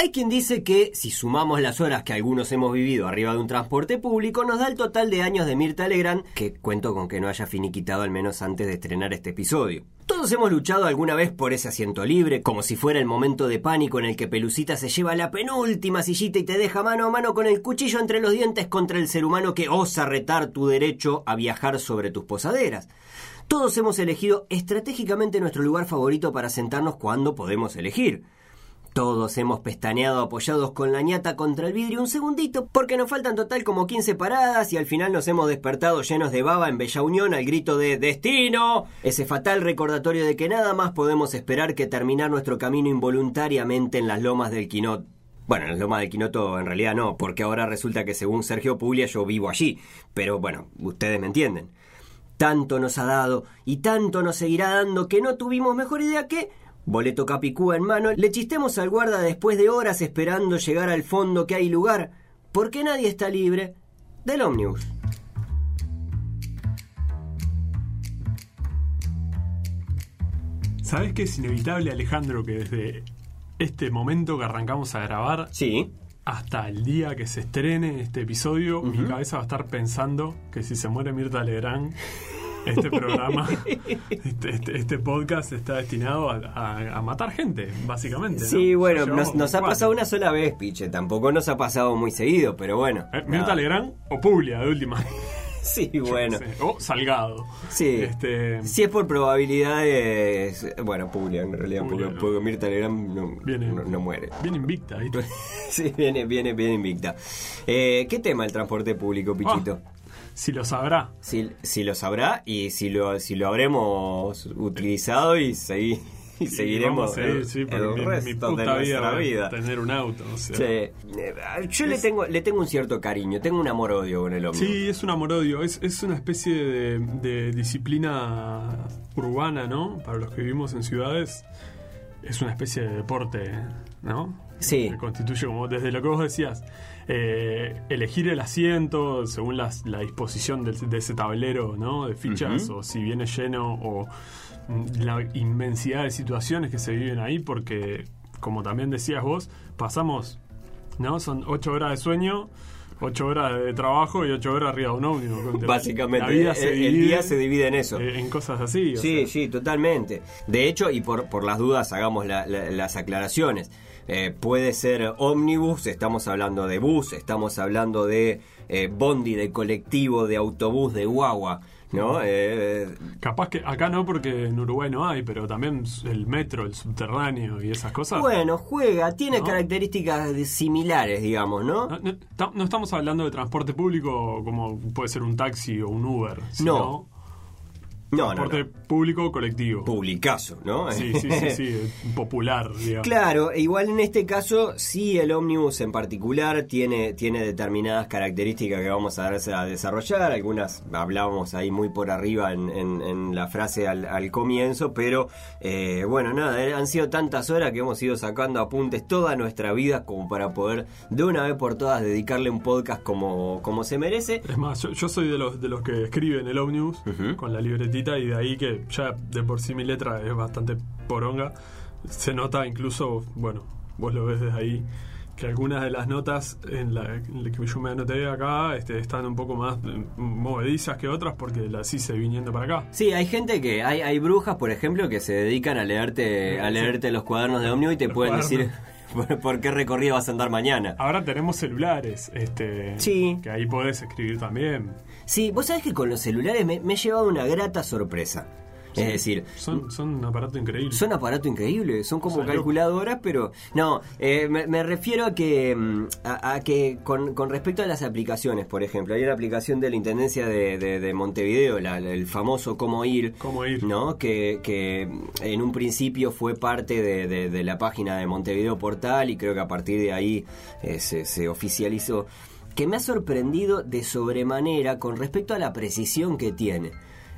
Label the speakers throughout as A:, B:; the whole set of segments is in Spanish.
A: Hay quien dice que si sumamos las horas que algunos hemos vivido arriba de un transporte público, nos da el total de años de Mirta Legrand, que cuento con que no haya finiquitado al menos antes de estrenar este episodio. Todos hemos luchado alguna vez por ese asiento libre, como si fuera el momento de pánico en el que Pelucita se lleva la penúltima sillita y te deja mano a mano con el cuchillo entre los dientes contra el ser humano que osa retar tu derecho a viajar sobre tus posaderas. Todos hemos elegido estratégicamente nuestro lugar favorito para sentarnos cuando podemos elegir. Todos hemos pestañeado apoyados con la ñata contra el vidrio un segundito, porque nos faltan total como 15 paradas y al final nos hemos despertado llenos de baba en Bella Unión al grito de ¡Destino! Ese fatal recordatorio de que nada más podemos esperar que terminar nuestro camino involuntariamente en las lomas del Quinot. Bueno, en las lomas del Quinoto en realidad no, porque ahora resulta que según Sergio Puglia yo vivo allí. Pero bueno, ustedes me entienden. Tanto nos ha dado y tanto nos seguirá dando que no tuvimos mejor idea que Boleto Capicúa en mano, le chistemos al guarda después de horas esperando llegar al fondo que hay lugar, porque nadie está libre del ómnibus.
B: ¿Sabes que es inevitable, Alejandro, que desde este momento que arrancamos a grabar
A: Sí.
B: hasta el día que se estrene este episodio, mi cabeza va a estar pensando que si se muere Mirta Legrand, este programa, este, este- este podcast está destinado a, a- a matar gente, básicamente. ¿no?
A: Sí, bueno,
B: Ya
A: nos,
B: llevamos
A: nos ha
B: cuatro.
A: pasado una sola vez, piche. Tampoco nos ha pasado muy seguido, pero bueno.
B: Eh, Mirta
A: Nada.
B: Legrand o Puglia, de última.
A: Sí, bueno.
B: Sí, O Salgado.
A: Sí.
B: Este,
A: Si es por probabilidades. Bueno, Puglia, en realidad,
B: Puglia,
A: porque,
B: no.
A: porque Mirta Legrand no-
B: Viene.
A: no- no muere.
B: Bien invicta, ¿viste?
A: Sí, viene, viene, viene invicta. Eh, ¿Qué tema el transporte público, Pichito?
B: Ah, si lo sabrá.
A: Si, si lo sabrá y si lo, si lo habremos utilizado y, segui- y seguiremos
B: vamos a seguir,
A: el,
B: sí, porque
A: el
B: mi, mi
A: resto de
B: puta
A: nuestra vida.
B: vida, tener un auto. o sea.
A: Sí. Eh, Yo le tengo, le tengo un cierto cariño, tengo un amor-odio con el hombre.
B: Sí, es un amor-odio. Es, es una especie de, de disciplina urbana, ¿no? Para los que vivimos en ciudades, es una especie de deporte, ¿no?
A: Sí.
B: Que constituye, como desde lo que vos decías, eh, elegir el asiento según las- la disposición del- de ese tablero, ¿no? De fichas, o si viene lleno, o mm, la inmensidad de situaciones que se viven ahí, porque, como también decías vos, pasamos ¿no? Son ocho horas de sueño, ocho horas de trabajo y ocho horas arriba de un ómnibus.
A: Básicamente,
B: La vida
A: el-
B: se
A: el
B: divide
A: día se divide en eso.
B: eh, En cosas así. o
A: Sí,
B: sea.
A: sí, totalmente. De hecho, y por, por las dudas hagamos la- la- las aclaraciones. Eh, puede ser ómnibus, estamos hablando de bus, estamos hablando de eh, bondi, de colectivo, de autobús, de guagua, ¿no? Eh,
B: Capaz que acá no, porque en Uruguay no hay, pero también el metro, el subterráneo y esas cosas.
A: bueno, juega, tiene
B: Ah. ¿No? Ah.
A: características de- similares, digamos, ¿no?
B: No, no- ta- no estamos hablando de transporte público como puede ser un taxi o un Uber, sino
A: No, no,
B: transporte
A: no.
B: público colectivo.
A: Publicazo, ¿no?
B: sí, sí, sí, sí, popular, digamos.
A: Claro, e igual en este caso sí el ómnibus en particular tiene, tiene determinadas características que vamos a, darse a desarrollar, algunas hablábamos ahí muy por arriba en, en- en la frase al, al comienzo, pero eh, bueno, nada, eh, han sido tantas horas que hemos ido sacando apuntes toda nuestra vida como para poder de una vez por todas dedicarle un podcast como, como se merece.
B: Es más, yo, yo soy de los, de los que escriben el ómnibus con la libretita y de ahí que ya de por sí mi letra es bastante poronga. Se nota incluso, bueno, vos lo ves desde ahí, que algunas de las notas en la, en la que yo me anoté acá este, están un poco más eh, movedizas que otras porque las hice viniendo para acá.
A: Sí, hay gente que, hay, hay brujas, por ejemplo, que se dedican a leerte, a leerte los cuadernos de ómnibus y te
B: Los
A: pueden
B: cuadernos.
A: decir por, por qué recorrido vas a andar mañana.
B: Ahora tenemos celulares, este,
A: Sí.
B: que ahí podés escribir también.
A: Sí, vos sabés que con los celulares me, me he llevado una grata sorpresa. Es decir,
B: Son, son un aparato increíble.
A: son aparatos increíbles, son como
B: Son locos.
A: calculadoras, pero no, eh, me, me refiero a que, mm, a, a que con, con respecto a las aplicaciones, por ejemplo, hay una aplicación de la Intendencia de, de- de Montevideo, la- la- el famoso Cómo Ir,
B: Cómo ir.
A: ¿no? Que, que en un principio fue parte de, de- de la página de Montevideo Portal y creo que a partir de ahí eh, se, se oficializó, que me ha sorprendido de sobremanera con respecto a la precisión que tiene.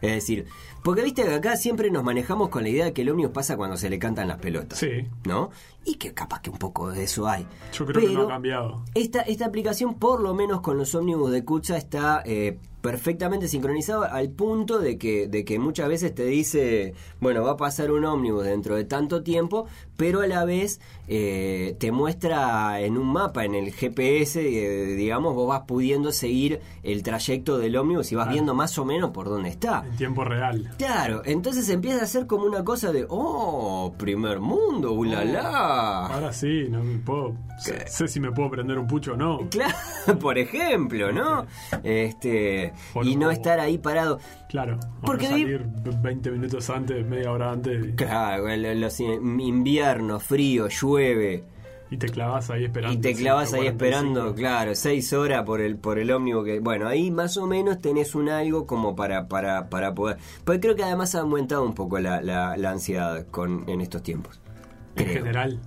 A: Es decir, porque viste que acá siempre nos manejamos con la idea de que el ómnibus pasa cuando se le cantan las pelotas.
B: Sí.
A: ¿No? Y que capaz que un poco de eso hay.
B: Yo creo que no ha cambiado.
A: Esta, esta aplicación, por lo menos con los ómnibus de Cucha, está eh, perfectamente sincronizada al punto de que, de que muchas veces te dice, bueno, va a pasar un ómnibus dentro de tanto tiempo, pero a la vez eh, te muestra en un mapa, en el GPS, eh, digamos, vos vas pudiendo seguir el trayecto del ómnibus y vas
B: Claro.
A: viendo más o menos por dónde está.
B: En tiempo real.
A: Claro, entonces empieza a ser como una cosa de, oh, primer mundo, ulala.
B: Ahora sí, no me puedo. Sé, sé si me puedo prender un pucho o no.
A: Claro, por ejemplo, ¿no? Este,
B: O
A: y
B: no.
A: no estar ahí parado.
B: Claro.
A: Porque
B: Porque
A: vi-
B: salir 20 minutos antes, media hora antes, y-
A: Claro, el- los in- invierno, frío, llueve.
B: y te clavas ahí esperando.
A: Y te
B: sí,
A: clavas ahí
B: 45.
A: esperando, claro, seis horas por el por el ómnibus que bueno, ahí más o menos tenés un algo como para para, para poder. Porque creo que además ha aumentado un poco la, la- la ansiedad con en estos tiempos.
B: En
A: Creo.
B: general.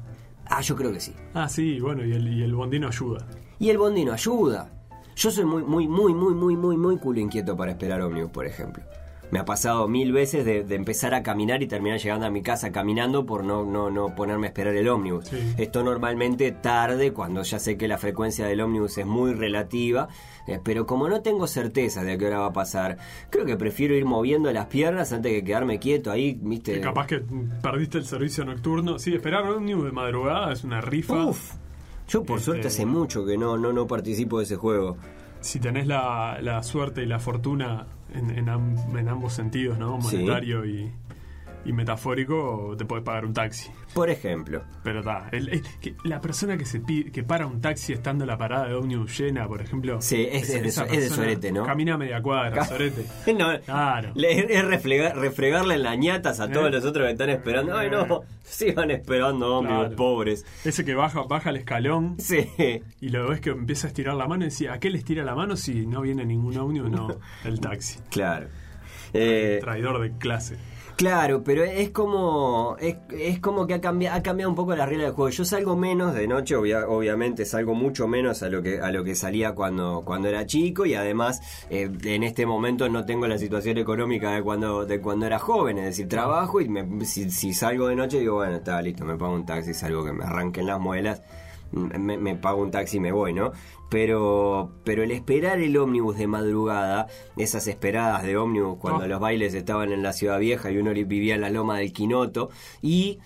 A: Ah, yo creo que sí.
B: Ah, sí, bueno, y el, y el bondino ayuda.
A: Y el bondino ayuda. Yo soy muy, muy, muy, muy, muy, muy, muy culo inquieto para esperar ómnibus, por ejemplo. Me ha pasado mil veces de, de empezar a caminar y terminar llegando a mi casa caminando por no, no, no ponerme a esperar el ómnibus.
B: Sí.
A: Esto normalmente tarde, cuando ya sé que la frecuencia del ómnibus es muy relativa, eh, pero como no tengo certeza de a qué hora va a pasar, creo que prefiero ir moviendo las piernas antes que quedarme quieto ahí, ¿viste?
B: Que capaz que perdiste el servicio nocturno. Sí, esperar ómnibus de madrugada es una rifa.
A: Uf. Yo por
B: Este-
A: suerte hace mucho que no, no, no participo de ese juego.
B: Si tenés la, la suerte y la fortuna en, en am- en ambos sentidos, ¿no?
A: Sí.
B: Monetario y, y metafórico, te podés pagar un taxi.
A: Por ejemplo.
B: Pero está. el- el- que La persona que se pi- que para un taxi estando en la parada de ómnibus llena, por ejemplo.
A: Sí, es-
B: esa-
A: es de
B: esa
A: so- es de
B: persona
A: sorete, ¿no?
B: Camina media cuadra, sorete.
A: No,
B: Claro.
A: le- es refregar- refregarle las ñatas a todos
B: Eh.
A: los otros que están esperando. Ay, no, sigan esperando, hombre,
B: Claro.
A: pobres.
B: Ese que baja, baja el escalón
A: Sí.
B: y lo ves que empieza a estirar la mano y decía, ¿a qué le estira la mano si no viene ningún ómnibus? No, el taxi.
A: Claro. Eh,
B: Traidor de clase.
A: claro, pero es como es, es como que ha cambiado, ha cambiado un poco la regla del juego. Yo salgo menos de noche, obvia- obviamente salgo mucho menos a lo que a lo que salía cuando cuando era chico y además eh, en este momento no tengo la situación económica de cuando de cuando era joven, es decir, trabajo y me- si, si salgo de noche digo, bueno, está listo, me pago un taxi, salgo que me arranquen las muelas. mm, me, me pago un taxi y me voy, ¿no? Pero, pero el esperar el ómnibus de madrugada, esas esperadas de ómnibus cuando
B: Ah.
A: los bailes estaban en la ciudad vieja y uno vivía en la loma del Quinoto y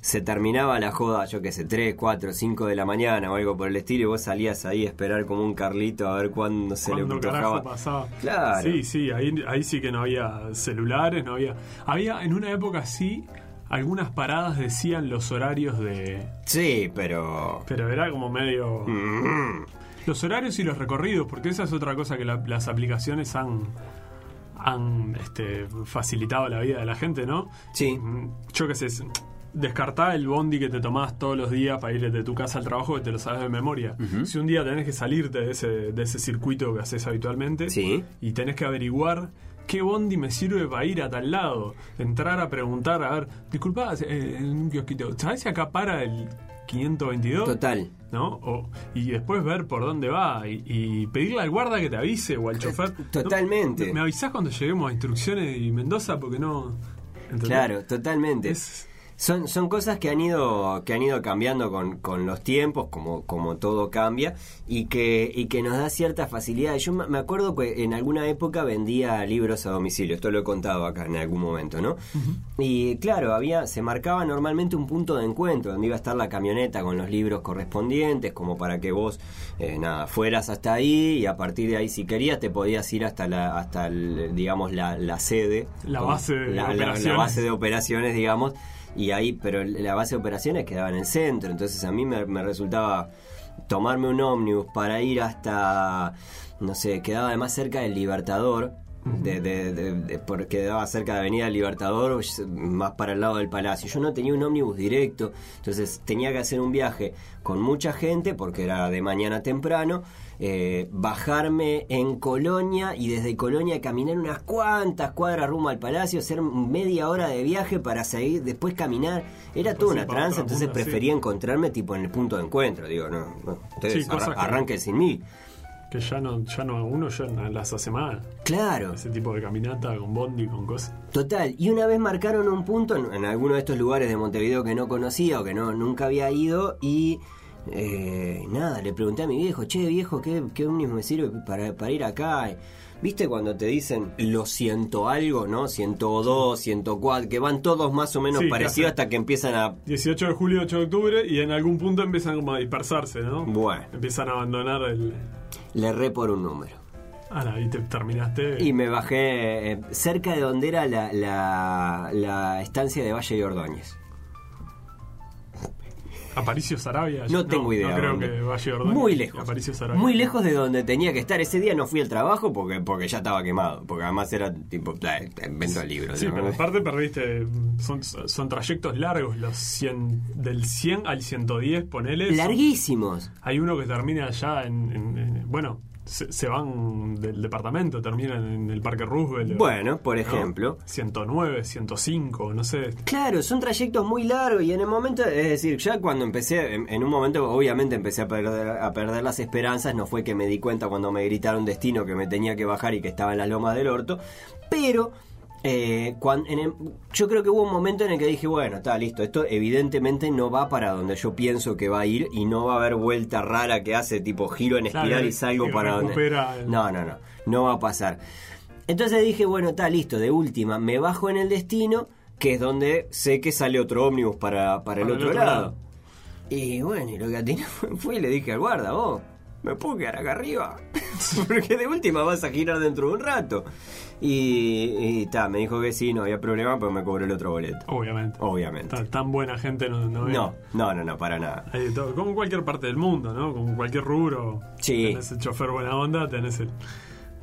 A: se terminaba la joda, yo qué sé, 3, 4, 5 de la mañana o algo por el estilo y vos salías ahí a esperar como un Carlito a ver cuándo se le
B: Cuando carajo
A: tocaba.
B: pasaba.
A: Claro.
B: Sí, sí, ahí, ahí sí que no había celulares, no había. Había, en una época sí, algunas paradas decían los horarios de.
A: Sí, pero...
B: Pero era como medio.
A: Mm.
B: Los horarios y los recorridos, porque esa es otra cosa que la- las aplicaciones han. han este, facilitado la vida de la gente, ¿no?
A: Sí.
B: Mm, Yo qué sé. es- Descartá el bondi que te tomás todos los días para ir de tu casa al trabajo que te lo sabes de memoria. Si un día tenés que salirte de ese, de ese circuito que haces habitualmente,
A: Sí.
B: y tenés que averiguar qué bondi me sirve para ir a tal lado. Entrar a preguntar, a ver, disculpa, eh, en un kiosquito, ¿sabés si acá para el 522?
A: Total.
B: ¿No? O- y después ver por dónde va y, y pedirle al guarda que te avise o al chofer.
A: T- Eh, totalmente.
B: ¿No? ¿Me avisás cuando lleguemos a instrucciones y Mendoza? Porque no. ¿entendés?
A: Claro, totalmente.
B: Es-
A: Son, son cosas que han ido, que han ido cambiando con, con los tiempos, como, como todo cambia, y que, y que nos da cierta facilidad. Yo me me acuerdo que en alguna época vendía libros a domicilio, esto lo he contado acá en algún momento, ¿no? Y claro, había, se marcaba normalmente un punto de encuentro, donde iba a estar la camioneta con los libros correspondientes, como para que vos, eh, nada, fueras hasta ahí, y a partir de ahí, si querías, te podías ir hasta la, hasta el, digamos, la, la sede.
B: La base de
A: la- la- la
B: operaciones.
A: base de operaciones, digamos, y ahí, pero la base de operaciones quedaba en el centro, entonces a mí me, me resultaba tomarme un ómnibus para ir hasta, no sé, quedaba además cerca del Libertador, de, de- de- de- porque quedaba cerca de Avenida Libertador, más para el lado del Palacio. Yo no tenía un ómnibus directo, entonces tenía que hacer un viaje con mucha gente, porque era de mañana temprano, eh, bajarme en Colonia y desde Colonia caminar unas cuantas cuadras rumbo al Palacio, hacer media hora de viaje para seguir, después caminar. Era toda
B: sí,
A: una
B: para
A: tranza,
B: otra
A: entonces
B: punta, sí.
A: prefería encontrarme tipo en el punto de encuentro. Digo, no, no, ustedes
B: Sí, cosas
A: arran-
B: que-
A: arranquen sin mí.
B: que ya no, ya no, uno ya no las hace más.
A: Claro.
B: Ese tipo de caminata con bondi, con cosas.
A: Total, y una vez marcaron un punto en, en alguno de estos lugares de Montevideo que no conocía o que no, nunca había ido y eh, nada, le pregunté a mi viejo, che viejo, ¿qué, qué ómnibus me sirve para, para ir acá? ¿Viste cuando te dicen lo siento algo, no? 102, 104, que van todos más o menos
B: Sí, ya sé.
A: parecidos hasta que empiezan a...
B: 18 de julio, 8 de octubre, y en algún punto empiezan como a dispersarse, ¿no?
A: Bueno.
B: Empiezan a abandonar el.
A: Le erré por un número.
B: Ah, y te terminaste.
A: Y me bajé eh, cerca de donde era la, la- la estancia de Valle de Ordóñez.
B: Aparicio Sarabia.
A: No tengo idea
B: No creo
A: dónde.
B: que vaya a Ordóñez.
A: Muy lejos.
B: Aparicio Sarabia.
A: Muy lejos de donde tenía que estar. Ese día no fui al trabajo porque, porque ya estaba quemado. Porque además era tipo, "Ah, invento el libro.
B: Sí,
A: ¿no?
B: pero aparte perdiste. Son, son trayectos largos, los 100, del 100 al 110, ponele. son-
A: Larguísimos.
B: Hay uno que termina allá en. en- en- bueno, se, se van del departamento, terminan en el Parque Roosevelt.
A: Bueno, por
B: ¿no?
A: ejemplo.
B: 109, 105, no sé.
A: Claro, son trayectos muy largos y en el momento, es decir, ya cuando empecé, en, en un momento obviamente empecé a perder, a perder las esperanzas, no fue que me di cuenta cuando me gritaron destino que me tenía que bajar y que estaba en las lomas del orto, pero eh, cuan- en el- yo creo que hubo un momento en el que dije, bueno, está listo, esto evidentemente no va para donde yo pienso que va a ir y no va a haber vuelta rara que hace tipo giro en
B: Claro,
A: espiral y salgo
B: y
A: para donde...
B: recupera el-
A: No, no, no, no va a pasar. Entonces dije, bueno, está listo, de última, me bajo en el destino, que es donde sé que sale otro ómnibus para, para el
B: Para
A: otro, lado. Y bueno, y lo que atiné fue- fui y le dije al guarda, vos, me puedo quedar acá arriba. Porque de última vas a girar dentro de un rato. Y y está, me dijo que sí, no había problema, pero me cobró el otro boleto.
B: Obviamente.
A: Obviamente.
B: Tan, tan buena gente no, no es.
A: Oh. No, no, no, no, para nada.
B: Hay de todo, como en cualquier parte del mundo, ¿no? Como en cualquier rubro.
A: Sí.
B: Tenés el chofer buena onda, tenés el.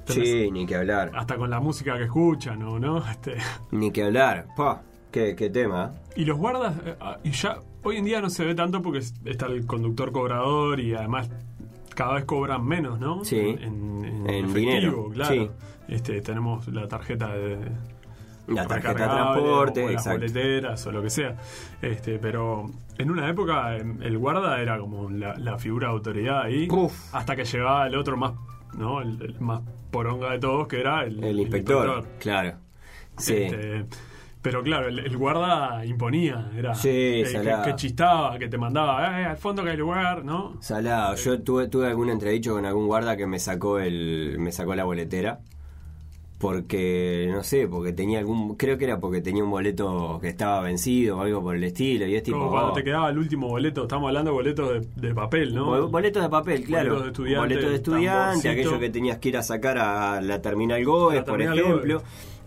B: tenés-
A: Sí, ni que hablar.
B: Hasta con la música que escuchan, ¿o no? Este,
A: Ni que hablar. Pa, qué, qué tema. ¿eh?
B: y los guardas, eh, ah, y ya hoy en día no se ve tanto porque es- está el conductor cobrador y además cada vez cobran menos, ¿no?
A: Sí.
B: En,
A: En
B: en efectivo,
A: dinero,
B: claro.
A: sí.
B: Este, tenemos la tarjeta de.
A: La tarjeta de
B: recargable,
A: transporte,
B: o las
A: exacto.
B: boleteras o lo que sea. Este, pero en una época eh, el guarda era como la, la figura de autoridad ahí.
A: Uf.
B: Hasta que llegaba el otro más, ¿no? El, el más poronga de todos, que era el,
A: El inspector, claro. Sí.
B: Este, pero claro, el, el guarda imponía, era
A: Sí,
B: eh,
A: salado.
B: que, que chistaba, que te mandaba, "Eh, al fondo que hay lugar, ¿no?
A: Salado, yo tuve, tuve algún entredicho con algún guarda que me sacó el me sacó la boletera porque no sé, porque tenía algún creo que era porque tenía un boleto que estaba vencido o algo por el estilo y es tipo
B: Como cuando
A: oh,
B: te quedaba el último boleto, estamos hablando de boletos de, de papel, ¿no?
A: bol- boleto de papel, claro,
B: Boletos de estudiante,
A: boleto de estudiante,
B: tamborcito.
A: aquello que tenías que ir a sacar a la terminal Goes,
B: A la
A: por
B: terminal
A: ejemplo.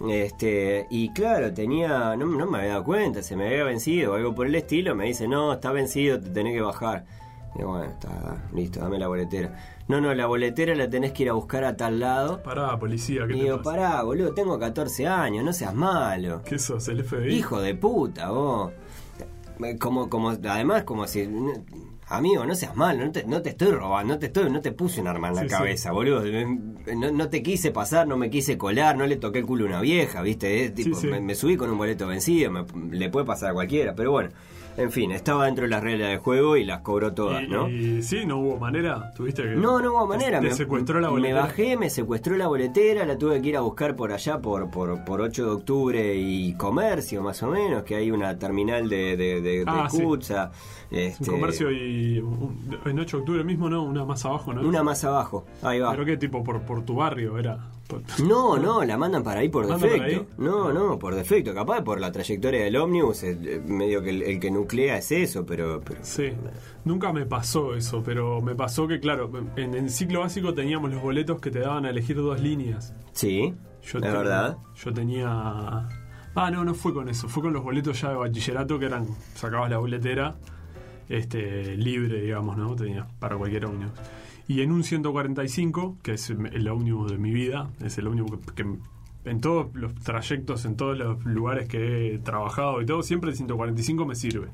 A: Este, y claro, tenía no, no me había dado cuenta, se me había vencido o algo por el estilo, me dice, "No, está vencido, te tenés que bajar." Digo, bueno, está, listo, dame la boletera. No, no, la boletera la tenés que ir a buscar a tal lado.
B: Pará, policía, ¿qué
A: Y
B: te
A: digo,
B: pasa?
A: pará, boludo, tengo 14 años, no seas malo.
B: ¿Qué sos, el FBI?
A: Hijo de puta, vos. Eh, Como, como, además, como si. no- Amigo, no seas malo, no te, no te estoy robando, no te, estoy, no te puse un arma en la
B: Sí, sí.
A: cabeza, boludo. Eh, No, no te quise pasar, no me quise colar, no le toqué el culo a una vieja, ¿viste? Eh, tipo,
B: sí.
A: Me, me subí con un boleto vencido, me- le puede pasar a cualquiera, pero bueno. En fin, estaba dentro de las reglas del juego y las cobró todas,
B: Y-
A: ¿no?
B: Y sí, no hubo manera, tuviste que...
A: No, no hubo manera.
B: Te,
A: me,
B: te secuestró la boletera.
A: Me bajé, me secuestró la boletera, la tuve que ir a buscar por allá, por, por, por 8 de octubre y comercio, más o menos, que hay una terminal de, de, de, de
B: Ah, sí.
A: Kutza,
B: Un
A: este,
B: comercio y... un- en 8 de octubre mismo, ¿no? Una más abajo, ¿no?
A: Una más abajo, ahí va.
B: Pero qué tipo, por, por tu barrio era. Por-
A: No, no, la mandan para ahí por
B: ¿Mandan para
A: defecto.
B: ahí?
A: No, no, por defecto. Capaz por la trayectoria del ómnibus, el- el- medio que el, el que nuclea es eso, pero. pero
B: Sí, nunca me pasó eso, pero me pasó que, claro, en, en ciclo básico teníamos los boletos que te daban a elegir dos líneas.
A: sí,
B: Yo
A: la
B: tenía-
A: verdad.
B: Yo tenía... Ah, no, no fue con eso, fue con los boletos ya de bachillerato que eran, sacabas la boletera este libre, digamos, ¿no? Tenías para cualquier ómnibus. Y en un 145, que es el ómnibus de mi vida, es el ómnibus que, que en todos los trayectos, en todos los lugares que he trabajado y todo, siempre el 145 me sirve.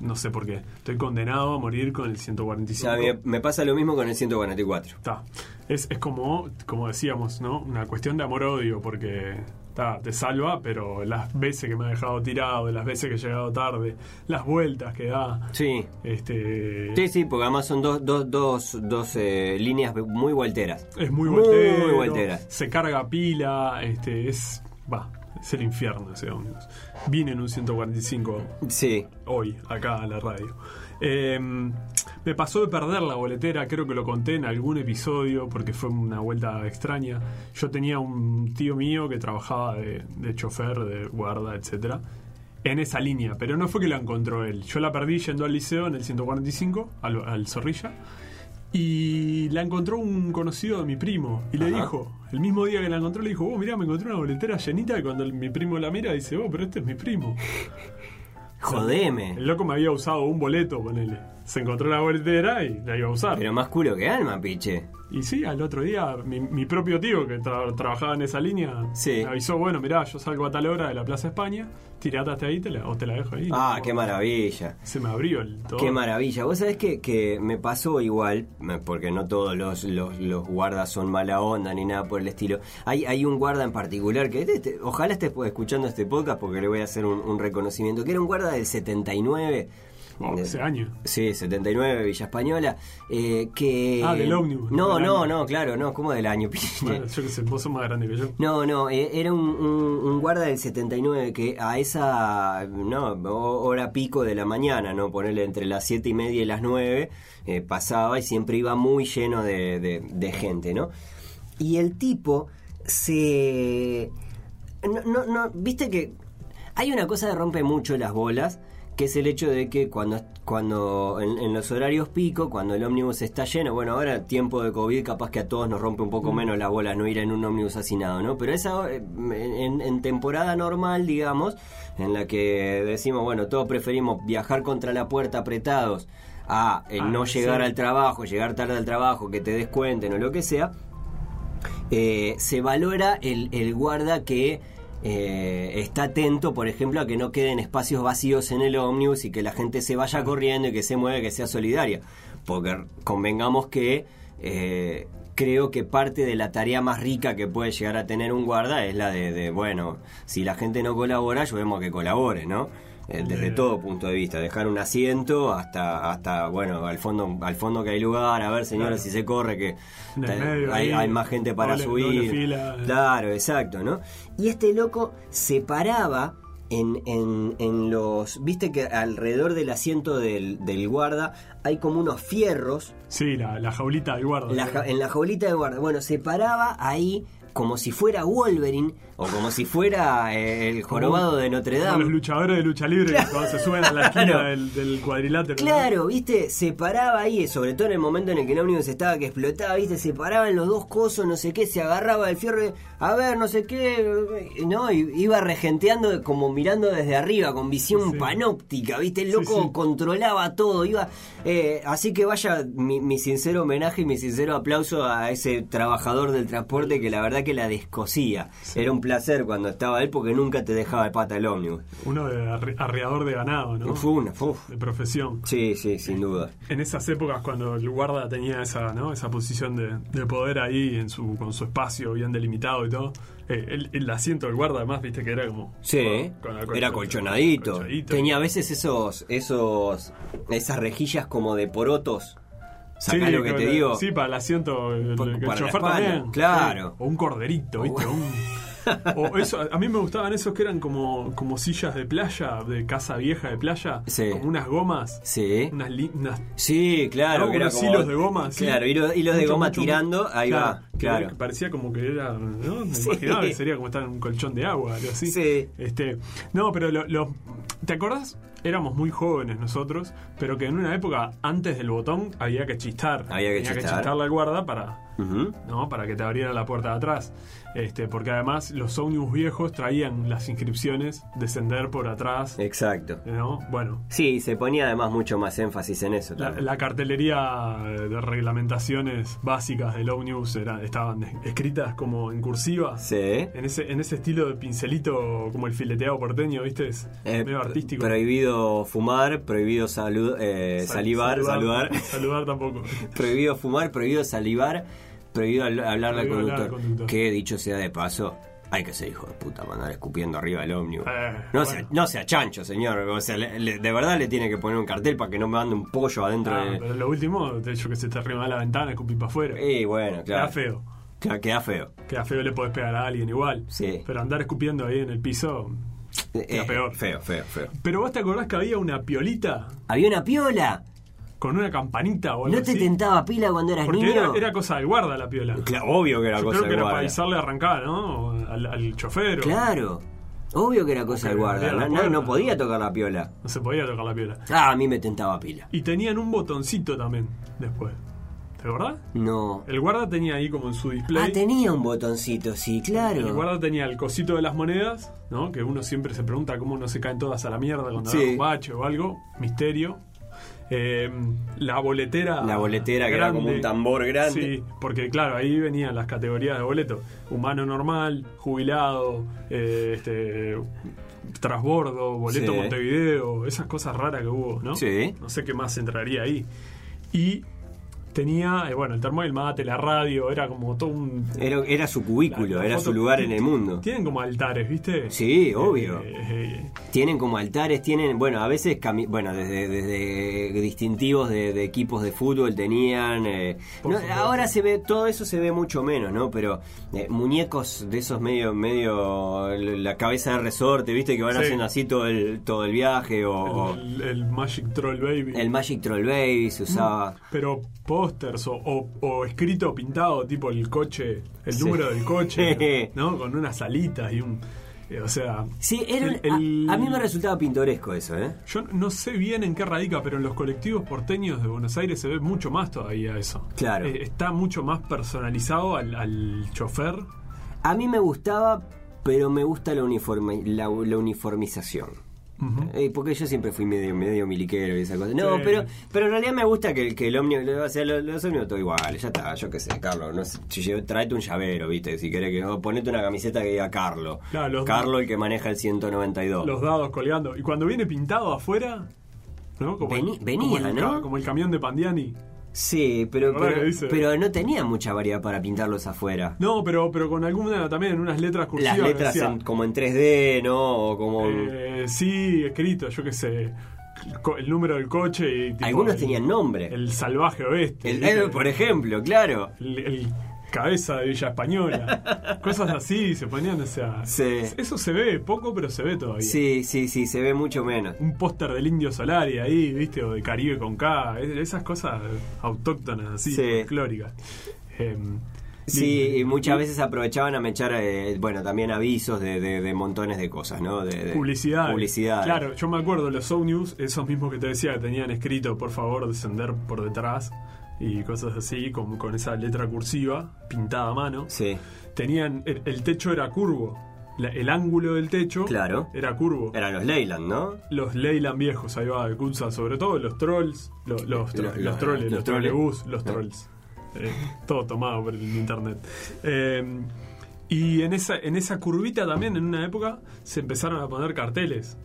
B: No sé por qué. Estoy condenado a morir con el 145.
A: Ya, me, me pasa lo mismo con el 144.
B: Ta. Es, es como, como decíamos, ¿no? Una cuestión de amor-odio, porque ta, te salva, pero las veces que me ha dejado tirado, las veces que he llegado tarde, las vueltas que da.
A: Sí.
B: Este,
A: Sí, sí, porque además son dos, dos, dos, dos eh, líneas muy volteras.
B: Es muy
A: Muy
B: voltero.
A: voltera.
B: Se carga pila. Este, es. Va. Es el infierno ese ómnibus. Vine en un 145
A: Sí.
B: hoy, acá a la radio. Eh, me pasó de perder la boletera, creo que lo conté en algún episodio porque fue una vuelta extraña. Yo tenía un tío mío que trabajaba de, de chofer, de guarda, etcétera, en esa línea, pero no fue que la encontró él. Yo la perdí yendo al liceo en el 145, al, al Zorrilla, y la encontró un conocido de mi primo y le
A: Ajá.
B: dijo, el mismo día que la encontró, le dijo, vos mirá, me encontré una boletera llenita y cuando el- mi primo la mira dice, oh, pero este es mi primo.
A: Jodeme.
B: El loco me había usado un boleto, ponele. Se encontró la boletera y la iba a usar.
A: Pero más culo que alma, piche.
B: Y sí, al otro día, mi, mi propio tío que tra- trabajaba en esa línea
A: Sí.
B: me avisó: bueno, mirá, yo salgo a tal hora de la Plaza España, tirate hasta ahí te la- o te la dejo ahí.
A: Ah,
B: Bueno,
A: qué maravilla.
B: Se me abrió el todo.
A: Qué maravilla. Vos sabés que, que me pasó igual, me- porque no todos los, los, los guardas son mala onda ni nada por el estilo. Hay, hay un guarda en particular que este- este- ojalá estés escuchando este podcast porque le voy a hacer un, un reconocimiento, que era un guarda del 79.
B: Wow,
A: de-
B: ese año.
A: Sí, 79, Villa Española. eh, que...
B: Ah, del ómnibus,
A: No,
B: del
A: no,
B: año.
A: no, claro, no, como del año, piche?
B: Bueno, yo que sé, vos sos más grande que yo.
A: No, no, eh, era un, un- un guarda del 79 que a esa no, ho- hora pico de la mañana, no ponerle entre las 7 y media y las 9, eh, pasaba y siempre iba muy lleno de, de- de gente, ¿no? Y el tipo se... No, no, no, viste que hay una cosa que rompe mucho las bolas, que es el hecho de que cuando, cuando en, en los horarios pico, cuando el ómnibus está lleno, bueno, ahora tiempo de COVID, capaz que a todos nos rompe un
B: Mm.
A: poco menos las bolas no ir en un ómnibus hacinado, ¿no? Pero esa eh, en, en temporada normal, digamos, en la que decimos, bueno, todos preferimos viajar contra la puerta apretados a eh,
B: Ah,
A: no
B: sí.
A: llegar al trabajo, llegar tarde al trabajo, que te descuenten o lo que sea, eh, se valora el, el guarda que eh, está atento, por ejemplo, a que no queden espacios vacíos en el ómnibus y que la gente se vaya corriendo y que se mueva, que sea solidaria. Porque convengamos que eh, creo que parte de la tarea más rica que puede llegar a tener un guarda es la de, de, bueno, si la gente no colabora, ayudemos a que colabore, ¿no? Eh, Desde
B: Eh.
A: todo punto de vista, dejar un asiento hasta, hasta bueno, al fondo, al fondo que hay lugar, a ver señora
B: Claro.
A: si se corre, que
B: En el
A: Está-
B: medio
A: hay,
B: ahí,
A: hay más gente para
B: doble-
A: subir.
B: doble fila.
A: Claro, exacto, ¿no? Y este loco se paraba en, en- en los. Viste que alrededor del asiento del, del guarda hay como unos fierros
B: Sí, la, la jaulita de guarda.
A: la ja- en la jaulita de guarda. Bueno, se paraba ahí como si fuera Wolverine o como si fuera eh, el jorobado de Notre
B: Como
A: Dame.
B: Los luchadores de lucha libre que cuando se suben a la esquina
A: Claro.
B: del, del cuadrilátero. ¿no?
A: Claro, viste, se paraba ahí, sobre todo en el momento en el que el ómnibus estaba que explotaba, viste, se paraba en los dos cosos, no sé qué, se agarraba del fierro, y, a ver, no sé qué, no, y iba regenteando como mirando desde arriba, con visión
B: Sí.
A: panóptica, viste, el loco
B: sí.
A: controlaba todo, iba, eh, así que vaya mi, mi sincero homenaje y mi sincero aplauso a ese trabajador del transporte que la verdad que la descosía. Era un placer cuando estaba él porque nunca te dejaba de pata el ómnibus.
B: Uno de arre- arreador de ganado, ¿no?
A: Fue una, fue-
B: De profesión.
A: Sí, sí, sin duda.
B: En esas épocas cuando el guarda tenía esa, ¿no? esa posición de, de poder ahí en su, con su espacio bien delimitado y todo, eh, el, el asiento del guarda además, viste que era como...
A: Sí,
B: con- con-
A: era colchonadito.
B: colchonadito.
A: Tenía a veces esos, esos, esas rejillas como de porotos.
B: Sí,
A: Sacá lo que
B: con-
A: te digo.
B: Sí, para el asiento, el,
A: Para
B: el
A: la
B: chofer
A: espalda,
B: también.
A: claro.
B: Sí, O un corderito, viste. un- o eso, a mí me gustaban esos que eran como, como sillas de playa, de casa vieja de playa,
A: Sí.
B: como unas gomas,
A: Sí.
B: unas, li- unas
A: Sí, claro.
B: No,
A: que era
B: unos
A: como-
B: hilos de goma. sí.
A: Claro, hilo- hilos, de
B: Mucho,
A: goma
B: mucho,
A: tirando, ahí
B: claro,
A: va,
B: que
A: claro.
B: que parecía como que era, ¿no? Me
A: Sí.
B: imaginaba que sería como estar en un colchón de agua, algo así.
A: Sí.
B: Este, no, pero lo, lo- ¿te acordás? Éramos muy jóvenes nosotros, pero que en una época antes del botón había que chistar.
A: Había que
B: Tenía
A: chistar.
B: chistarle al guarda para,
A: Ujú.
B: ¿no? para que te abriera la puerta de atrás. Este, porque además los ómnibus viejos traían las inscripciones, descender por atrás,
A: Exacto.
B: ¿no? Bueno,
A: Sí, se ponía además mucho más énfasis en eso.
B: la,
A: también.
B: la cartelería de reglamentaciones básicas del ómnibus era- estaban es- escritas como en cursiva.
A: Sí.
B: En ese, en ese estilo de pincelito como el fileteado porteño, ¿viste? Es
A: Eh,
B: medio artístico.
A: Prohibido prohibido fumar, prohibido salud, eh,
B: Sal-
A: salivar, saludar,
B: Saludar tampoco.
A: prohibido fumar, prohibido salivar, prohibido al- hablarle al
B: Prohibido hablar
A: conductor.
B: al conductor.
A: Que dicho sea de paso, hay que ser hijo de puta para andar escupiendo arriba del ómnibus.
B: Eh,
A: no,
B: bueno.
A: sea, no sea chancho, señor. O sea, le- le- de verdad le tiene que poner un cartel para que no me ande un pollo adentro.
B: Ah,
A: del-
B: pero lo último, de hecho, que se te arriba de la ventana, escupí para afuera.
A: Y bueno,
B: Queda
A: Eh, claro.
B: feo.
A: Claro, queda feo.
B: Queda feo, le podés pegar a alguien igual.
A: Sí.
B: Pero andar escupiendo ahí en el piso.
A: Eh,
B: peor.
A: Feo, feo, feo.
B: Pero vos te acordás que había una piolita
A: Había una piola.
B: con una campanita o algo
A: ¿No te
B: así?
A: tentaba pila cuando eras
B: Porque era,
A: niño?
B: era cosa del guarda la piola.
A: Claro, obvio que era
B: Yo
A: cosa
B: creo que
A: de
B: era para
A: guardia.
B: avisarle a arrancar, ¿no? O Al, al chofer. o-
A: Claro. Obvio que era cosa
B: Porque
A: del guarda.
B: abría la
A: No, no, no
B: puerta.
A: podía tocar la piola.
B: No se podía tocar la piola.
A: Ah, a mí me tentaba pila.
B: Y tenían un botoncito también después. ¿Te acordás?
A: No.
B: El guarda tenía ahí como en su display.
A: Ah, tenía un botoncito, sí,
B: El
A: claro.
B: guarda tenía el cosito de las monedas, ¿no? Que uno siempre se pregunta cómo no se caen todas a la mierda cuando
A: Sí.
B: da un bache o algo. Misterio. Eh, la boletera.
A: La boletera que era
B: grande.
A: como un tambor grande.
B: Sí, porque claro, ahí venían las categorías de boleto. Humano normal, jubilado, eh, este transbordo, boleto
A: Sí.
B: Montevideo, esas cosas raras que hubo, ¿no?
A: Sí.
B: No sé qué más entraría ahí. Y tenía, eh, bueno, el termo el mate, la radio, era como todo un
A: Era, era su cubículo,
B: la- la
A: era
B: foto-
A: su lugar en el mundo.
B: Tienen como altares, ¿viste?
A: Sí, obvio.
B: Eh, eh,
A: Tienen como altares, tienen, bueno, a veces, cami- bueno, desde, desde distintivos de, de equipos de fútbol tenían. eh,
B: Por
A: no,
B: supuesto.
A: ahora se ve, todo eso se ve mucho menos, ¿no? Pero eh, muñecos de esos medio, medio, la cabeza de resorte, ¿viste? Que van
B: Sí.
A: haciendo así todo el, todo el viaje, o, o el,
B: el, el Magic Troll Baby.
A: Magic Troll Baby se usaba.
B: Pero pósters o, o- o escrito pintado, tipo el coche, el
A: Sí.
B: número del coche, ¿no? Con unas alitas y un. eh, o sea.
A: Sí, era un-
B: el- el-
A: a, a mí me resultaba pintoresco eso, ¿eh?
B: Yo no sé bien en qué radica, pero en los colectivos porteños de Buenos Aires se ve mucho más todavía eso.
A: Claro.
B: Eh, está mucho más personalizado al, al chofer.
A: A mí me gustaba, pero me gusta la, uniforme, la, la uniformización.
B: Ujú.
A: Eh, porque yo siempre fui medio, medio miliquero y esa cosa. No,
B: Sí.
A: pero, pero en realidad me gusta que, el- que el ómnibus, o sea, los, los ómnibus todo igual, ya está, yo qué sé, Carlos, no sé, si llevo- tráete un llavero, viste, si querés que, o ponete una camiseta que diga Carlos.
B: Claro, los-
A: Carlos el que maneja el 192.
B: Los dados colgando. Y cuando viene pintado afuera. ¿No? Como
A: Vení-
B: el,
A: venía,
B: como el ca-
A: ¿no?
B: como el camión de Pandiani.
A: Sí, pero,
B: La verdad que
A: pero,
B: dice-
A: pero no tenía mucha variedad para pintarlos afuera.
B: No, pero, pero con alguna también, unas letras cursivas.
A: Las
B: que
A: letras
B: decía,
A: en- como en 3D, ¿no? O como...
B: Eh, sí, escrito, yo qué sé. co- El número del coche y. tipo,
A: algunos
B: el-
A: tenían nombre. El,
B: El salvaje oeste.
A: eh,
B: ¿viste?
A: por ejemplo, claro.
B: El, el cabeza de Villa Española. cosas así se ponían, o sea.
A: Sí.
B: Eso se ve poco, pero se ve todavía.
A: Sí, sí, sí, se ve mucho menos.
B: Un póster del Indio Solari ahí, ¿viste? O de Caribe con K. es- Esas cosas autóctonas, así,
A: Sí.
B: folclóricas. Em,
A: Sí, y muchas veces aprovechaban a mechar, eh, bueno, también avisos de, de- de montones de cosas, ¿no? De, de-
B: Publicidad.
A: eh, Publicidad.
B: Claro, yo me acuerdo los News, esos mismos que te decía que tenían escrito, por favor, descender por detrás y cosas así, con, con esa letra cursiva pintada a mano.
A: Sí.
B: Tenían. El, el techo era curvo. La- el ángulo del techo
A: Claro.
B: era curvo.
A: Eran los Leyland, ¿no?
B: Los Leyland viejos, ahí va, de Kunza, sobre todo los trolls. lo- los, tro-
A: Lo-
B: los,
A: lo-
B: troles,
A: los troles.
B: los trolebús, los
A: Ah.
B: trolls. Eh, todo tomado por el internet. Eh, y en esa, en esa curvita también, en una época, se empezaron a poner carteles.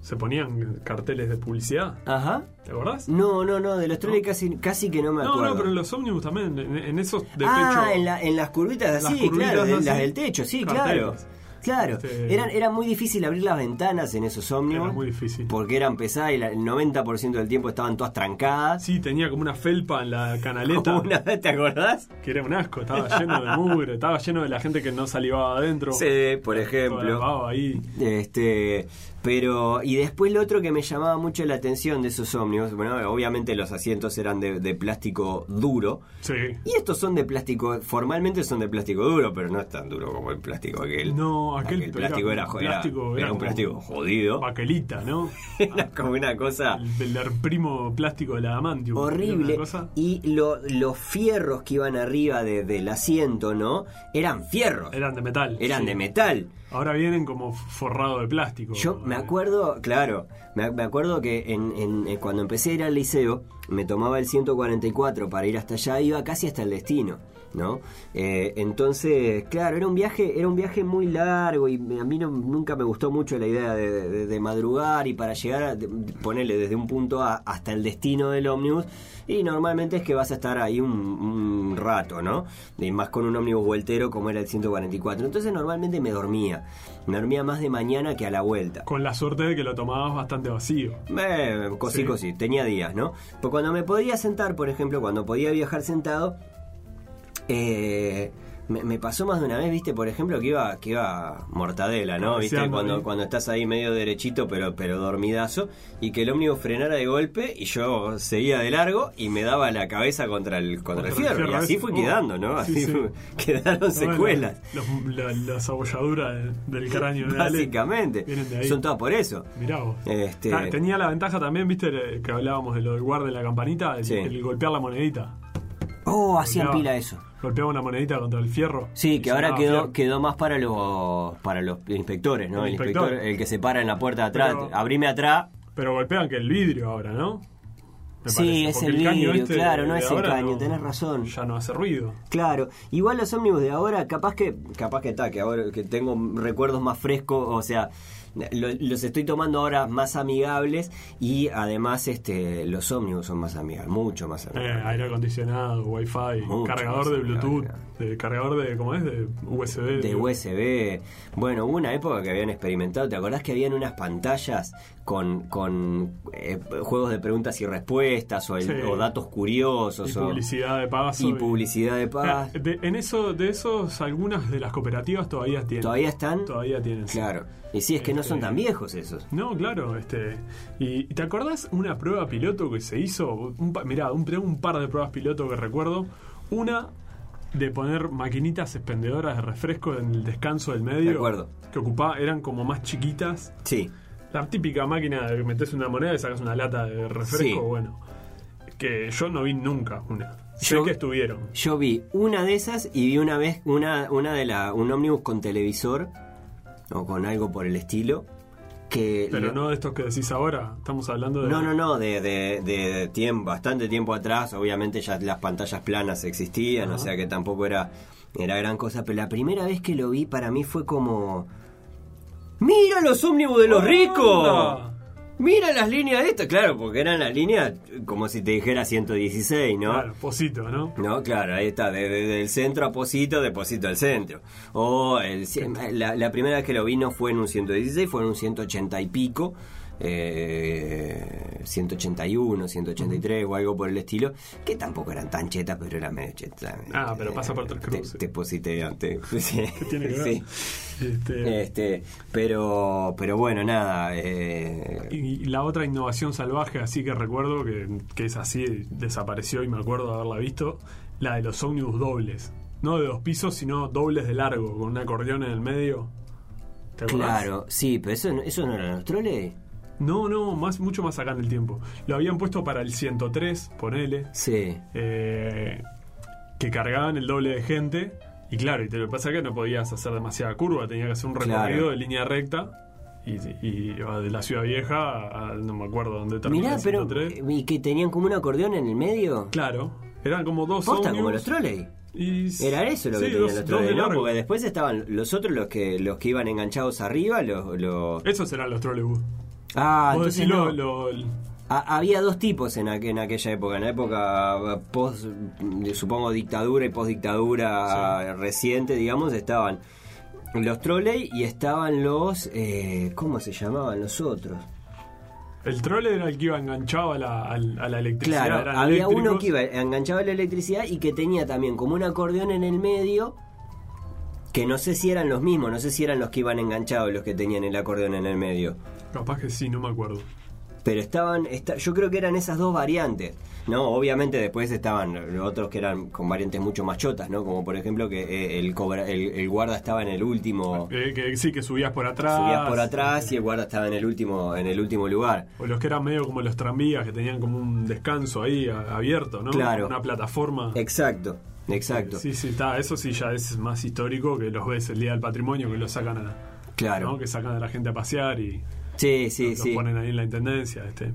B: Se ponían carteles de publicidad.
A: Ajá.
B: ¿Te acordás?
A: No, no, no, de los troles
B: No.
A: casi, casi que no me
B: No,
A: acuerdo.
B: no, pero en los ómnibus también, en, en esos de
A: ah,
B: techo.
A: en, la- en las curvitas
B: Las
A: así,
B: curvitas
A: claro, de-
B: así.
A: las del techo, sí, claro.
B: Carteles.
A: Claro,
B: Este-
A: eran, era muy difícil abrir las ventanas en esos ómnibus.
B: Era muy difícil.
A: Porque eran pesadas y la- el 90% del tiempo estaban todas trancadas.
B: Sí, tenía como una felpa en la canaleta.
A: Como una- ¿Te acordás?
B: Que era un asco, estaba lleno de mugre, estaba lleno de la gente que no salivaba adentro.
A: Sí, por
B: Toda la
A: ejemplo.
B: baba ahí.
A: Este, pero, y después lo otro que me llamaba mucho la atención de esos ómnibus, bueno, obviamente los asientos eran de, de plástico duro,
B: Sí.
A: y estos son de plástico, formalmente son de plástico duro, pero no es tan duro como el plástico aquel.
B: No, aquel
A: plástico
B: era
A: era,
B: como
A: jo- era-
B: plástico,
A: era
B: era
A: un
B: como-
A: plástico jodido,
B: Baquelita, ¿no?
A: era como una cosa
B: El, el primo plástico de la Amantium.
A: horrible,
B: Una cosa.
A: y lo- los fierros que iban arriba de- del asiento, ¿no? Eran fierros,
B: Eran de metal.
A: eran
B: sí.
A: de metal.
B: Ahora vienen como forrado de plástico.
A: Yo me
B: Eh,
A: acuerdo, claro, me, me acuerdo que en, en- eh, cuando empecé a ir al liceo, me tomaba el 144 para ir hasta allá, iba casi hasta el destino, ¿no? Eh, entonces, claro, era un viaje, era un viaje muy largo y me- a mí no- nunca me gustó mucho la idea de, de- de madrugar y para llegar, a, de- de- ponele desde un punto A hasta el destino del ómnibus. Y normalmente es que vas a estar ahí un, un rato, ¿no? Y más con un ómnibus voltero como era el 144. Entonces normalmente me dormía. Me dormía más de mañana que a la vuelta.
B: Con la suerte de que lo tomabas bastante vacío.
A: Eh, cosí,
B: Sí.
A: cosí, tenía días, ¿no? Pero cuando me podía sentar, por ejemplo, cuando podía viajar sentado, eh, me, me pasó más de una vez, viste, por ejemplo, que iba, que iba mortadela, ¿no? Viste,
B: Cabeceando,
A: cuando,
B: ¿no?
A: cuando estás ahí medio derechito, pero, pero dormidazo, y que el ómnibus frenara de golpe y yo seguía de largo y me daba la cabeza contra el, contra el
B: Contra el
A: fierro. Y
B: fierro,
A: así
B: eso.
A: fui quedando, ¿no?
B: Sí,
A: Así
B: sí.
A: fue- quedaron secuelas.
B: Las la, la sabolladura del, del cráneo de Ale.
A: Básicamente,
B: Vienen de ahí.
A: son todas por eso.
B: Mirá vos.
A: Este-
B: Ta- Tenía la ventaja también, viste, que hablábamos de lo del guarda de la campanita, el,
A: Sí.
B: el golpear la monedita.
A: Oh, hacían
B: Golpeaba-
A: pila eso.
B: Golpeaba una monedita contra el fierro.
A: Sí,
B: y
A: que ahora
B: sonaba
A: quedó,
B: fierro.
A: quedó más para los para los inspectores, ¿no?
B: El
A: El, inspector.
B: inspector.
A: el que se para en la puerta de atrás,
B: Pero-
A: abrime atrás.
B: Pero golpean que el vidrio ahora, ¿no? Me
A: Sí,
B: parece,
A: es
B: porque
A: el
B: caño este
A: vidrio, claro, no
B: de
A: es el
B: ahora
A: caño, tenés razón.
B: Ya no hace ruido.
A: Claro, igual los ómnibus de ahora, capaz que capaz que está, que ahora que tengo recuerdos más frescos, o sea, lo- los estoy tomando ahora más amigables y además este los ómnibus son más amigables, mucho más
B: Eh,
A: amigables.
B: aire acondicionado, wifi,
A: Mucho más
B: cargador de Bluetooth, de cargador de, ¿cómo es? De USB.
A: De USB. Bueno, hubo una época que habían experimentado, ¿te acordás que habían unas pantallas con, con eh, juegos de preguntas y respuestas o, el-
B: Sí.
A: o datos curiosos
B: Y
A: o-
B: publicidad de paso.
A: y publicidad de paz?
B: Eh, de- en eso, de esos, algunas de las cooperativas todavía tienen.
A: ¿Todavía están?
B: Todavía tienen. sí.
A: Claro. Y sí, es que no son
B: Este-
A: tan viejos esos.
B: No, claro, este. ¿Y te acordás una prueba piloto que se hizo? Un, pa- mirá, un, tengo un par de pruebas piloto que recuerdo. Una de poner maquinitas expendedoras de refresco en el descanso del medio.
A: De acuerdo.
B: Que ocupaba, eran como más chiquitas.
A: Sí.
B: La típica máquina de que metes una moneda y sacas una lata de refresco,
A: Sí.
B: bueno. Que yo no vi nunca una. Sé
A: Yo-
B: que estuvieron.
A: Yo vi una de esas y vi una vez una, una de la, un ómnibus con televisor o con algo por el estilo. Que
B: Pero
A: lo-
B: no de estos que decís ahora. Estamos hablando de.
A: No, no, no, de, de, de tiempo, bastante tiempo atrás, obviamente ya las pantallas planas existían, o
B: Ajá.
A: sea que tampoco era, era gran cosa, pero la primera vez que lo vi para mí fue como... ¡Mira los ómnibus de los
B: ¡Onda!
A: ricos! ¡Mira las líneas de estas! Claro, porque eran las líneas como si te dijera 116, ¿no?
B: Claro, posito, ¿no?
A: No, claro, ahí está, de- de- del centro a Posito, de Posito al centro. O el, cien- la, la primera vez que lo vi no fue en un 116, fue en un 180 y pico, eh, 181, 183 o algo por el estilo, que tampoco eran tan chetas, pero eran medio chetas.
B: Ah, pero pasa por
A: Te-
B: tres cruces.
A: Te, positean, te- sí,
B: ¿Qué tiene que ver?
A: sí.
B: Este,
A: Este, pero, pero bueno, nada. eh,
B: Y la otra innovación salvaje, así que recuerdo que, que es así, desapareció y me acuerdo de haberla visto, la de los ómnibus dobles. No de dos pisos, sino dobles de largo, con un acordeón en el medio. ¿Te acordás?
A: claro, sí, pero eso, no- eso no era nuestro ley.
B: No, no, más, mucho más acá en el tiempo. Lo habían puesto para el 103, ponele,
A: Sí.
B: eh, que cargaban el doble de gente. Y claro, y te lo que pasa es que no podías hacer demasiada curva, tenía que hacer un recorrido
A: Claro.
B: de línea recta. Y, y iba de la ciudad vieja, a- no me acuerdo dónde terminó.
A: Mirá,
B: el
A: pero. eh,
B: 103.
A: ¿Y que tenían como un acordeón en el medio?
B: Claro, eran como dos
A: Posta, como
B: ómnibus
A: los trolley.
B: y s-
A: Era eso lo que
B: sí,
A: tenían
B: dos-
A: los
B: dos de
A: trolley, ¿no?
B: largo.
A: Porque después estaban los otros, los que los que iban enganchados arriba, los... los-
B: Esos eran los trolebus.
A: Ah,
B: Eh, Vos
A: entonces
B: decís
A: no.
B: lo- lo- el-
A: Ha- había dos tipos en, aqu- en aquella época. En la época eh, post, mm, supongo, dictadura y postdictadura eh, reciente, digamos, estaban los trolley y estaban los... eh, ¿Cómo se llamaban los otros?
B: el trole era el que iba enganchado a la, al- a la electricidad.
A: Claro,
B: eran
A: había
B: eléctricos.
A: uno que iba enganchado a la electricidad y que tenía también como un acordeón en el medio. Que no sé si eran los mismos, no sé si eran los que iban enganchados los que tenían el acordeón en el medio.
B: Capaz que sí, no me acuerdo.
A: Pero estaban, esta- yo creo que eran esas dos variantes. No, obviamente después estaban los otros que eran con variantes mucho más chotas, ¿no? Como por ejemplo que eh, el, cobra- el, el guarda estaba en el último,
B: Eh, que sí, que subías por atrás.
A: subías por atrás y el guarda estaba en el último, en el último lugar.
B: O los que eran medio como los tranvías, que tenían como un descanso ahí a- abierto, ¿no?
A: Claro.
B: Una plataforma.
A: Exacto, exacto.
B: Sí, sí, está. Eso sí ya es más histórico que los ves el Día del Patrimonio, que los sacan a,
A: Claro.
B: ¿no? Que sacan a la gente a pasear y
A: Sí, sí,
B: los
A: sí.
B: ponen ahí en la intendencia. Este.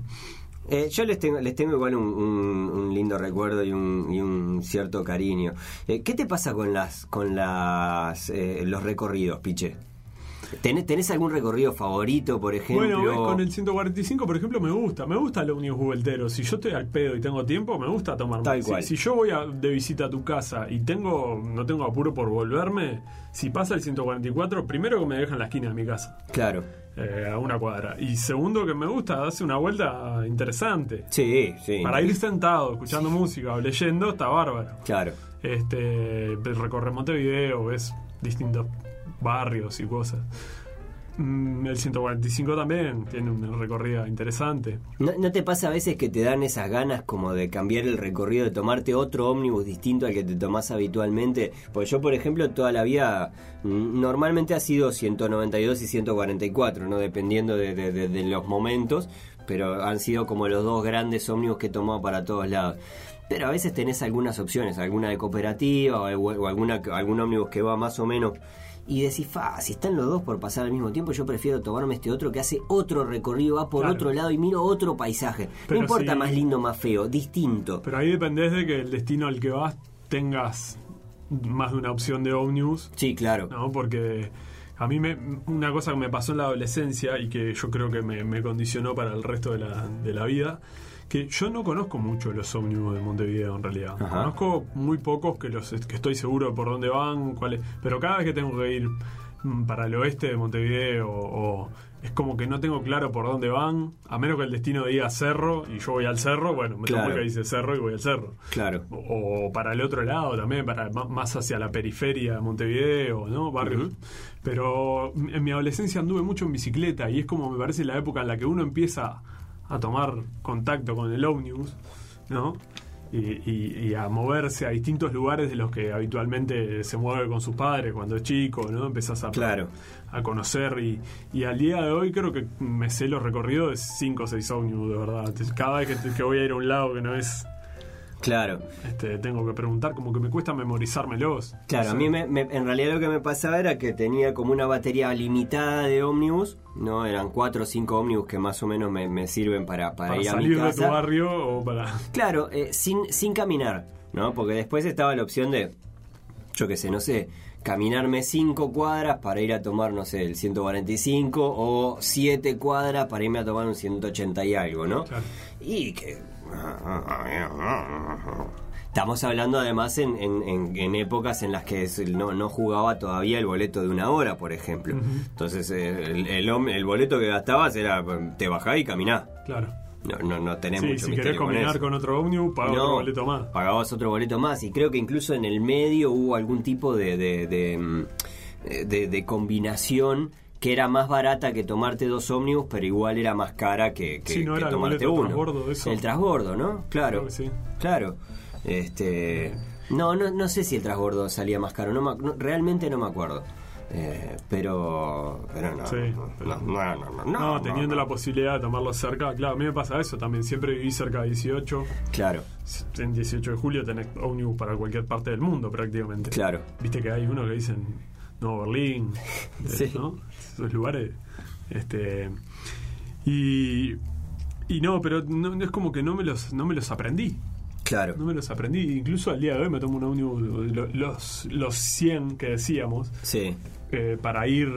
A: Eh, yo les tengo, les tengo igual un, un- un lindo recuerdo y un, y un cierto cariño. Eh, ¿Qué te pasa con las, con las, eh, los recorridos, Piche? ¿Tenés, tenés algún recorrido favorito, por ejemplo?
B: Bueno, ves, con el 145, por ejemplo, me gusta. Me gusta la Unión Jugueltero. Si yo estoy al pedo y tengo tiempo, me gusta tomarme.
A: Tal
B: si,
A: cual.
B: si yo voy a- de visita a tu casa y tengo no tengo apuro por volverme, si pasa el 144, primero que me dejan en la esquina de mi casa,
A: Claro.
B: eh, a una cuadra. Y segundo que me gusta, hace una vuelta interesante.
A: Sí, sí.
B: Para ir sentado, escuchando música o leyendo, está bárbaro.
A: Claro.
B: Este, recorre Montevideo, ves distintos barrios y cosas. Mm, El 145 también tiene una recorrida interesante.
A: ¿No, no te pasa a veces que te dan esas ganas como de cambiar el recorrido, de tomarte otro ómnibus distinto al que te tomás habitualmente? Pues yo, por ejemplo, toda la vida mm, normalmente ha sido 192 y 144, ¿no? Dependiendo de, de- de- de los momentos, pero han sido como los dos grandes ómnibus que he tomado para todos lados. Pero a veces tenés algunas opciones, alguna de cooperativa o, o alguna, algún ómnibus que va más o menos y decís, fa, si están los dos por pasar al mismo tiempo, yo prefiero tomarme este otro que hace otro recorrido, va por
B: Claro.
A: otro lado y miro otro paisaje.
B: Pero
A: no importa
B: sí.
A: más lindo, más feo, distinto.
B: Pero ahí dependés de que el destino al que vas tengas más de una opción de ómnibus,
A: sí, claro.
B: ¿no? Porque a mí me, una cosa que me pasó en la adolescencia y que yo creo que me, me condicionó para el resto de la, de la vida, que yo no conozco mucho los ómnibus de Montevideo en realidad.
A: Ajá.
B: Conozco muy pocos que los que estoy seguro por dónde van, cuáles, pero cada vez que tengo que ir mm, para el oeste de Montevideo o es como que no tengo claro por dónde van, a menos que el destino diga cerro y yo voy al cerro, bueno, me tomo
A: Claro.
B: el que dice cerro y voy al cerro
A: Claro.
B: o para el otro lado también, para ma- más hacia la periferia de Montevideo, ¿no? Barrio. Pero en mi adolescencia anduve mucho en bicicleta y es como me parece la época en la que uno empieza a tomar contacto con el ómnibus, ¿no? Y, y- y a moverse a distintos lugares de los que habitualmente se mueve con sus padres cuando es chico, ¿no? Empezás a,
A: Claro.
B: a conocer y, y al día de hoy creo que me sé los recorridos de 5 o 6 ómnibus, de verdad. Cada vez que- que voy a ir a un lado que no es
A: Claro.
B: este, tengo que preguntar, como que me cuesta memorizármelos.
A: Claro, a mí me- me- en realidad lo que me pasaba era que tenía como una batería limitada de ómnibus, ¿no? Eran cuatro o cinco ómnibus que más o menos me, me sirven para, para,
B: Para
A: ir a mi
B: salir de tu
A: casa.
B: barrio o para.
A: Claro, eh, sin, sin caminar, ¿no? Porque después estaba la opción de, yo qué sé, no sé, caminarme 5 cuadras para ir a tomar, no sé, el 145 o 7 cuadras para irme a tomar un 180 y algo, ¿no?
B: Claro.
A: Y que... Estamos hablando además en, en- en- en épocas en las que es- no, no jugaba todavía el boleto de una hora, por ejemplo. Entonces, eh, el, el hom- el boleto que gastabas era eh, te bajás y caminás.
B: Claro.
A: No, no, no tenés
B: Sí,
A: mucho
B: si
A: misterio
B: querés
A: con
B: combinar
A: eso.
B: con, otro ómnibus, paga
A: No,
B: otro boleto más.
A: Pagabas otro boleto más. Y creo que incluso en el medio hubo algún tipo de, de, de, mm, eh, de- de combinación que era más barata que tomarte dos ómnibus, pero igual era más cara que, que,
B: Sí, no
A: que
B: era el
A: tomarte
B: boleto
A: uno.
B: transbordo, eso.
A: El transbordo, ¿no? Claro.
B: Creo que sí.
A: Claro. Este, no, no, no sé si el transbordo salía más caro. No, me ac- no, realmente no me acuerdo. Eh, pero, pero no,
B: Sí,
A: no,
B: pero-
A: no, no, no, no,
B: No,
A: no,
B: teniendo
A: no.
B: la posibilidad de tomarlo cerca, claro, a mí me pasa eso también. Siempre viví cerca de 18.
A: Claro,
B: En 18 de julio tenés ómnibus para cualquier parte del mundo prácticamente.
A: claro.
B: Viste que hay uno que dicen Nuevo Berlín, eh,
A: Sí.
B: ¿no? Esos lugares. Este. Y. Y no, pero no, no es como que no me los, no me los aprendí.
A: Claro.
B: No me los aprendí. Incluso al día de hoy me tomo un ómnibus lo- los, los 100 que decíamos
A: Sí.
B: eh, para ir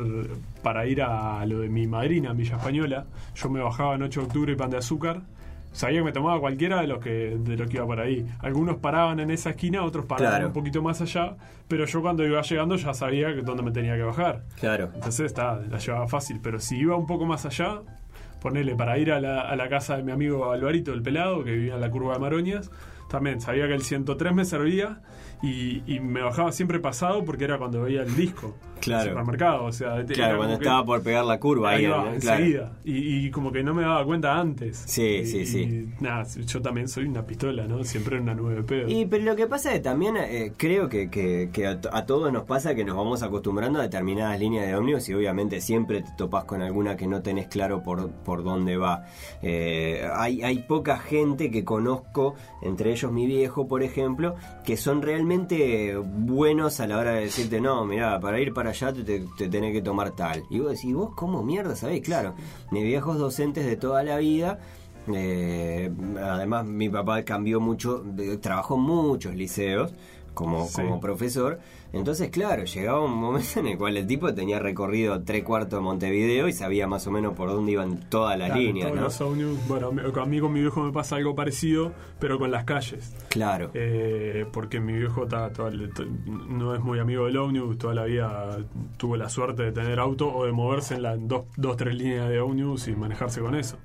B: para ir a lo de mi madrina en Villa Española. Yo me bajaba en 8 de octubre y pan de azúcar. Sabía que me tomaba cualquiera de los que de los que iba por ahí. Algunos paraban en esa esquina, otros paraban
A: Claro.
B: un poquito más allá, pero yo cuando iba llegando ya sabía que dónde me tenía que bajar.
A: Claro.
B: Entonces está, la llevaba fácil, pero si iba un poco más allá, ponele para ir a la, a la casa de mi amigo Alvarito, el pelado, que vivía en la curva de Maroñas, también sabía que el 103 me servía y, y me bajaba siempre pasado porque era cuando veía el disco
A: Claro.
B: el supermercado. O sea, te-
A: Claro,
B: era
A: cuando
B: como que-
A: estaba por pegar la curva ahí,
B: Ahí va,
A: ¿no? claro.
B: enseguida. Y, y como que no me daba cuenta antes.
A: Sí,
B: Y-
A: sí, sí.
B: y nada, yo también soy una pistola, ¿no? Siempre en una nube de pedo.
A: Y pero lo que pasa es que también eh, creo que, que- que a, to- a todos nos pasa que nos vamos acostumbrando a determinadas líneas de ómnibus y obviamente siempre te topas con alguna que no tenés claro por, por dónde va. Eh, hay, hay poca gente que conozco, entre ellos mi viejo, por ejemplo, que son realmente buenos a la hora de decirte, no, mirá, para ir para allá te, te, te tenés que tomar tal. Y vos decís, vos cómo mierda, ¿sabés? Claro, mis viejos docentes de toda la vida. Eh, además, mi papá cambió mucho, de- trabajó en muchos liceos, como,
B: Sí.
A: como profesor. Entonces, claro, llegaba un momento en el cual el tipo tenía recorrido tres cuartos de Montevideo y sabía más o menos por dónde iban todas las
B: Claro,
A: líneas,
B: todos
A: ¿no?
B: los ovnius- bueno, a mí- a mí con mi viejo me pasa algo parecido, pero con las calles.
A: Claro.
B: Eh, porque mi viejo ta- toda la- to- no es muy amigo del ómnibus, toda la vida tuvo la suerte de tener auto o de moverse en las dos, dos, tres líneas de ómnibus y manejarse con eso.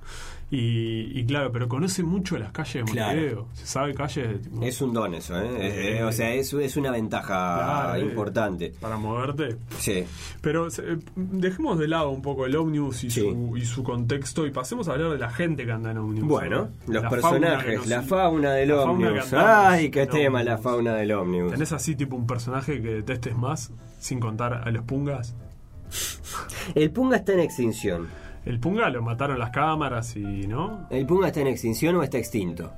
B: Y, y claro, pero conoce mucho las calles de
A: Claro.
B: Montevideo. Se sabe calles tipo,
A: Es un don eso, ¿eh? Eh, eh, o sea, es, es una ventaja
B: claro, eh,
A: importante.
B: para moverte.
A: Sí.
B: Pero eh, dejemos de lado un poco el ómnibus y,
A: Sí.
B: su, y su contexto y pasemos a hablar de la gente que anda en ómnibus.
A: Bueno, los
B: La fauna que
A: personajes,
B: nos-
A: la fauna del
B: la fauna que
A: ómnibus.
B: andamos
A: Ay, qué
B: en
A: tema, la
B: ómnibus.
A: fauna del ómnibus.
B: ¿Tenés así tipo un personaje que detestes más, sin contar a los pungas?
A: El Punga está en extinción.
B: El punga lo mataron las cámaras y no.
A: ¿El Punga está en extinción o está extinto?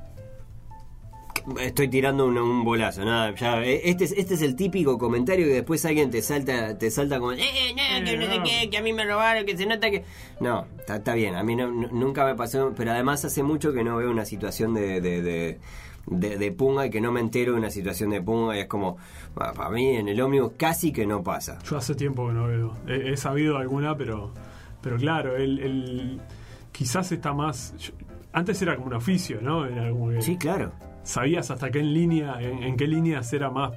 A: Estoy tirando un, un bolazo, nada, ya, eh, este es, este es el típico comentario que después alguien te salta, te salta con eh, eh, no, que no sé qué, que a mí me robaron, que se nota que. No, está, está bien, a mí no- no- nunca me pasó, pero además hace mucho que no veo una situación de, de, de, de- de punga y que no me entero de una situación de punga y es como, ah, para mí en el ómnibus casi que no pasa.
B: Yo hace tiempo que no veo. He, he sabido alguna, pero. Pero claro, el, el- quizás está más. yo- antes era como un oficio, ¿no? Era como que
A: Sí, claro.
B: Sabías hasta qué en línea, en, en qué líneas era más.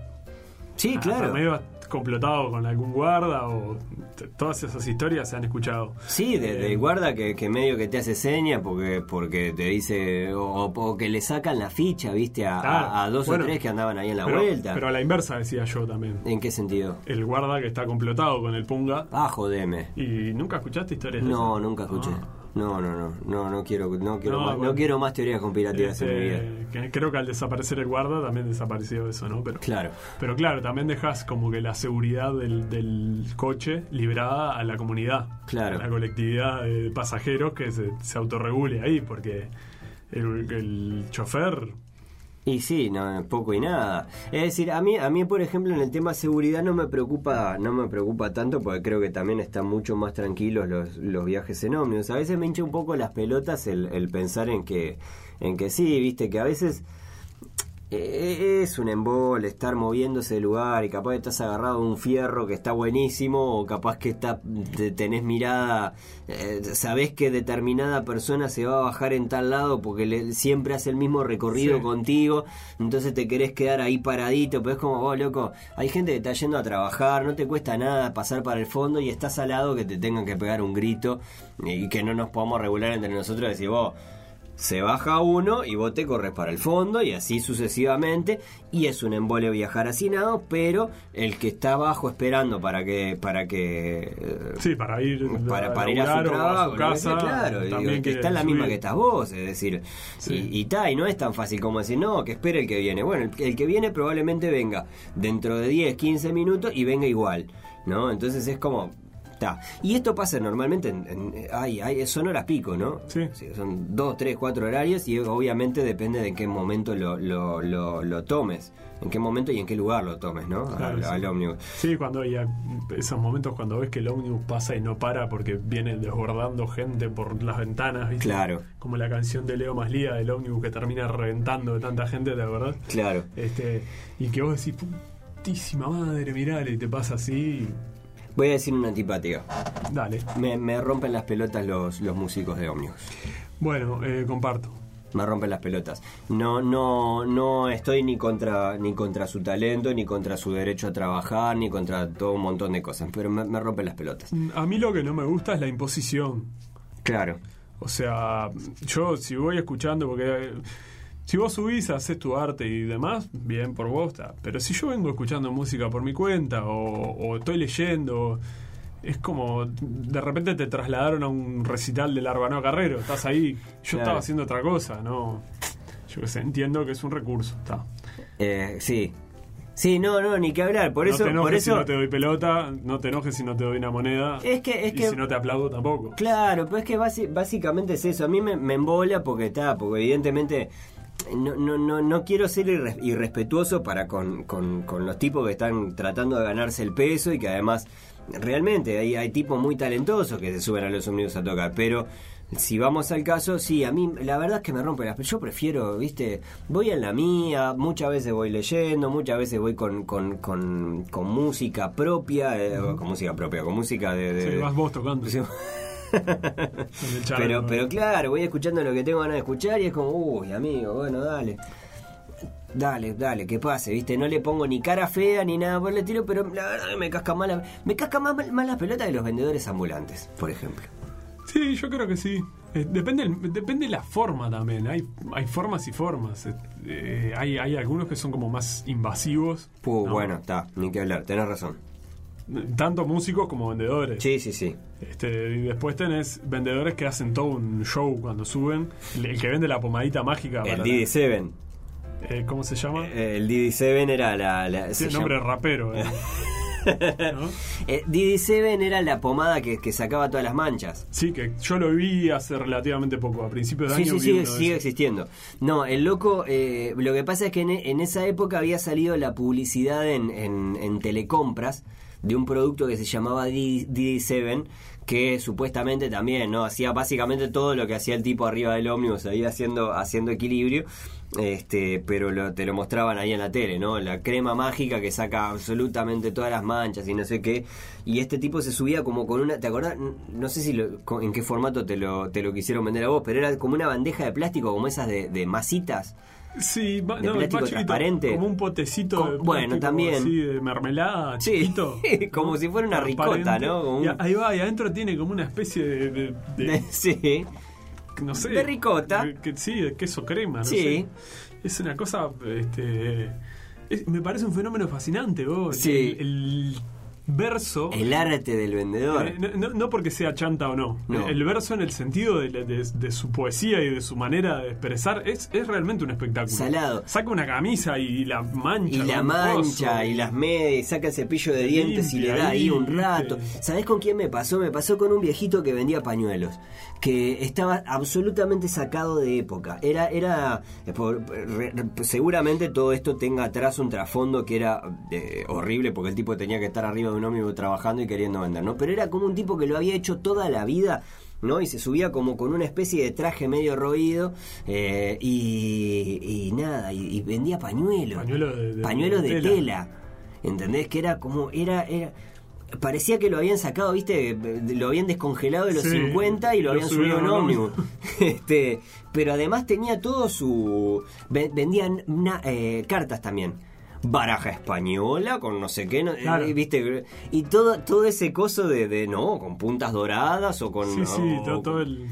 A: Sí,
B: hasta
A: claro.
B: medio complotado con algún guarda o t- todas esas historias se han escuchado. Eh,
A: Sí, de- del guarda que, que medio que te hace seña porque, porque te dice, o, o- o que le sacan la ficha, viste, a,
B: Claro,
A: a- a dos
B: bueno,
A: o tres que andaban ahí en la
B: pero,
A: vuelta.
B: pero a la inversa decía yo también.
A: ¿En qué sentido?
B: El guarda que está complotado con el punga.
A: Ah, jodeme.
B: ¿Y nunca escuchaste historias de
A: No,
B: esas?
A: nunca escuché.
B: Ah.
A: No, no, no, no, no quiero, no quiero,
B: No,
A: más,
B: bueno.
A: no quiero más teorías conspirativas en mi
B: Este,
A: vida.
B: que creo que al desaparecer el guarda también desapareció eso, ¿no? Pero
A: Claro.
B: pero claro, también dejas como que la seguridad del, del coche librada a la comunidad,
A: Claro.
B: a la colectividad de pasajeros que se, se autorregule ahí, porque el, el chofer,
A: Y sí, no, poco y nada. Es decir, a mí, a mí, por ejemplo, en el tema seguridad no me preocupa, no me preocupa tanto porque creo que también están mucho más tranquilos los, los viajes en ómnibus. A veces me hincha un poco las pelotas el, el pensar en que, en que sí, viste, que a veces eh, es un embol estar moviéndose de lugar y capaz estás agarrado a un fierro que está buenísimo o capaz que está, te- tenés mirada, eh, sabés que determinada persona se va a bajar en tal lado porque le- siempre hace el mismo recorrido
B: Sí.
A: contigo, entonces te querés quedar ahí paradito, pero es como, oh loco, hay gente que está yendo a trabajar, no te cuesta nada pasar para el fondo y estás al lado que te tengan que pegar un grito y que no nos podamos regular entre nosotros y decir, vos... Se baja uno y vos te corres para el fondo y así sucesivamente. Y es un embole viajar hacinado, pero el que está abajo esperando para que. para que. eh,
B: sí, para ir
A: para, para ir a su
B: laburar o
A: trabajo,
B: a su
A: ¿no?
B: casa,
A: claro, digo, que
B: quiere
A: está en la misma
B: subir.
A: que estás vos, es decir,
B: Sí.
A: y, y ta, y no es tan fácil como decir, no, que espere el que viene. Bueno, el, el que viene probablemente venga dentro de 10, 15 minutos y venga igual, ¿no? Entonces es como, ta. Y esto pasa normalmente, en, en- ay, ay, son horas pico, ¿no?
B: Sí.
A: Son 2, 3, 4 horarios y obviamente depende de en qué momento lo, lo, lo, lo tomes, en qué momento y en qué lugar lo tomes, ¿no?
B: Claro,
A: al,
B: sí.
A: al ómnibus.
B: Sí, cuando hay eh, esos momentos cuando ves que el ómnibus pasa y no para porque viene desbordando gente por las ventanas, ¿viste?
A: Claro.
B: Como la canción de Leo Maslía del ómnibus que termina reventando de tanta gente, ¿te acordás?
A: Claro.
B: Este, y que vos decís, putísima madre, mirale, y te pasa así.
A: Voy a decir una antipática.
B: y Dale.
A: Me, me rompen las pelotas los, los músicos de Omnius.
B: Bueno, eh, comparto.
A: Me rompen las pelotas. No, no, no estoy ni contra, ni contra su talento, ni contra su derecho a trabajar, ni contra todo un montón de cosas. Pero me, me rompen las pelotas.
B: A mí lo que no me gusta es la imposición.
A: Claro.
B: O sea, yo si voy escuchando, porque eh, si vos subís, haces tu arte y demás, bien por vos está. Pero si yo vengo escuchando música por mi cuenta o, o estoy leyendo, es como de repente te trasladaron a un recital de Larbano Carrero, estás ahí. Yo
A: Claro.
B: estaba haciendo otra cosa, ¿no? Yo qué sé, entiendo que es un recurso, está.
A: Eh, sí. Sí, no, no, ni que hablar. Por
B: no
A: eso,
B: te enojes
A: por eso.
B: si no te doy pelota, no te enojes si no te doy una moneda.
A: Es que- es
B: y
A: que-
B: si no te aplaudo tampoco.
A: Claro, pero es que basi- básicamente es eso. A mí me, me embola porque está, porque evidentemente no, no, no, no quiero ser irre- irrespetuoso para con, con- con los tipos que están tratando de ganarse el peso y que además Realmente, hay, hay tipos muy talentosos que se suben a los ómnibus a tocar, pero si vamos al caso, sí, a mí la verdad es que me rompe las... Yo prefiero, viste, voy en la mía, muchas veces voy leyendo, muchas veces voy con, con, con, con música propia, eh, con música propia, con música de... de-
B: Sí, vas vos tocando.
A: Sí.
B: En el charco.
A: pero, pero claro, voy escuchando lo que tengo ganas de escuchar y es como, uy, amigo, bueno, dale. Dale, dale, que pase, ¿viste? No le pongo ni cara fea ni nada por el estilo, pero la verdad que me casca más la- me casca más, más las pelotas de los vendedores ambulantes, por ejemplo.
B: Sí, yo creo que sí. Eh, Depende, el- depende la forma también. Hay, hay formas y formas. Eh, eh, hay, hay algunos que son como más invasivos.
A: Uh,
B: ¿no?
A: bueno, está, ni que hablar, tenés razón.
B: Tanto músicos como vendedores.
A: Sí, sí, sí.
B: Este, y después tenés vendedores que hacen todo un show cuando suben. El- El que vende la pomadita mágica.
A: El
B: para-
A: DD7.
B: eh, ¿Cómo se llama?
A: eh, El DD7 era la. la se
B: Tiene nombre de
A: llama-
B: rapero. eh. ¿No?
A: Eh, DD7 era la pomada que, que sacaba todas las manchas.
B: Sí, que yo lo vi hace relativamente poco. A principios de
A: Sí, sí,
B: año vi
A: sigue,
B: uno de
A: sigue
B: esos.
A: existiendo. No, el loco, eh, lo que pasa es que en, e- en esa época había salido la publicidad en, en- en telecompras de un producto que se llamaba D- DD7, que supuestamente también, ¿no? Hacía básicamente todo lo que hacía el tipo arriba del ómnibus, ahí haciendo, haciendo equilibrio. Este, pero lo- te lo mostraban ahí en la tele, ¿no? La crema mágica que saca absolutamente todas las manchas y no sé qué. Y este tipo se subía como con una. ¿Te acordás? N- No sé si lo- co- en qué formato te lo, te lo quisieron vender a vos, pero era como una bandeja de plástico, como esas de, de masitas.
B: Sí, ma-
A: de
B: no,
A: plástico
B: más chiquito,
A: transparente.
B: Como un potecito
A: Con-
B: de
A: bueno,
B: plástico
A: también.
B: así de mermelada,
A: Sí,
B: chiquito.
A: como si fuera una
B: Transparente.
A: ricota, ¿no? Como un-
B: Y a- ahí va, y adentro tiene como una especie de. de- de-
A: sí.
B: no sé.
A: de ricota.
B: de- que- sí, de queso crema, no
A: Sí.
B: sé. Es una cosa. Este, es- me parece un fenómeno fascinante, vos.
A: Sí.
B: El, el verso.
A: El arte del vendedor.
B: Eh, No, no- no porque sea chanta o no. Eh,
A: No.
B: El verso en el sentido de, la- de- de su poesía y de su manera de expresar es, es realmente un espectáculo.
A: Salado.
B: Saca una camisa y la
A: Y
B: mancha.
A: la
B: con un
A: mancha,
B: coso.
A: y las medias, y saca el cepillo de dientes y
B: limpia
A: le da ahí
B: ahí,
A: un
B: ¿viste?
A: rato. ¿Sabés con quién me pasó? Me pasó con un viejito que vendía pañuelos, que estaba absolutamente sacado de época. Era, era, eh, por- re- re- seguramente todo esto tenga atrás un trasfondo que era eh, horrible porque el tipo tenía que estar arriba de un ómnibus trabajando y queriendo vender, ¿no? Pero era como un tipo que lo había hecho toda la vida. ¿no? Y se subía como con una especie de traje medio roído eh, y, y nada, y, y vendía pañuelos.
B: Pañuelo de- de-
A: Pañuelos de,
B: de
A: tela.
B: tela.
A: ¿Entendés? Que era como. Era, era, parecía que lo habían sacado, ¿viste? Lo habían descongelado de los
B: Sí,
A: 50 y lo,
B: lo
A: habían subido en
B: subieron a un
A: ómnibus. este, pero además tenía todo su. ve- Vendían na- eh, cartas también. Baraja española con no sé qué, no-
B: Claro.
A: eh, viste, y todo, todo ese coso de, de, no, con puntas doradas o con
B: Sí, sí,
A: o-
B: todo, todo el.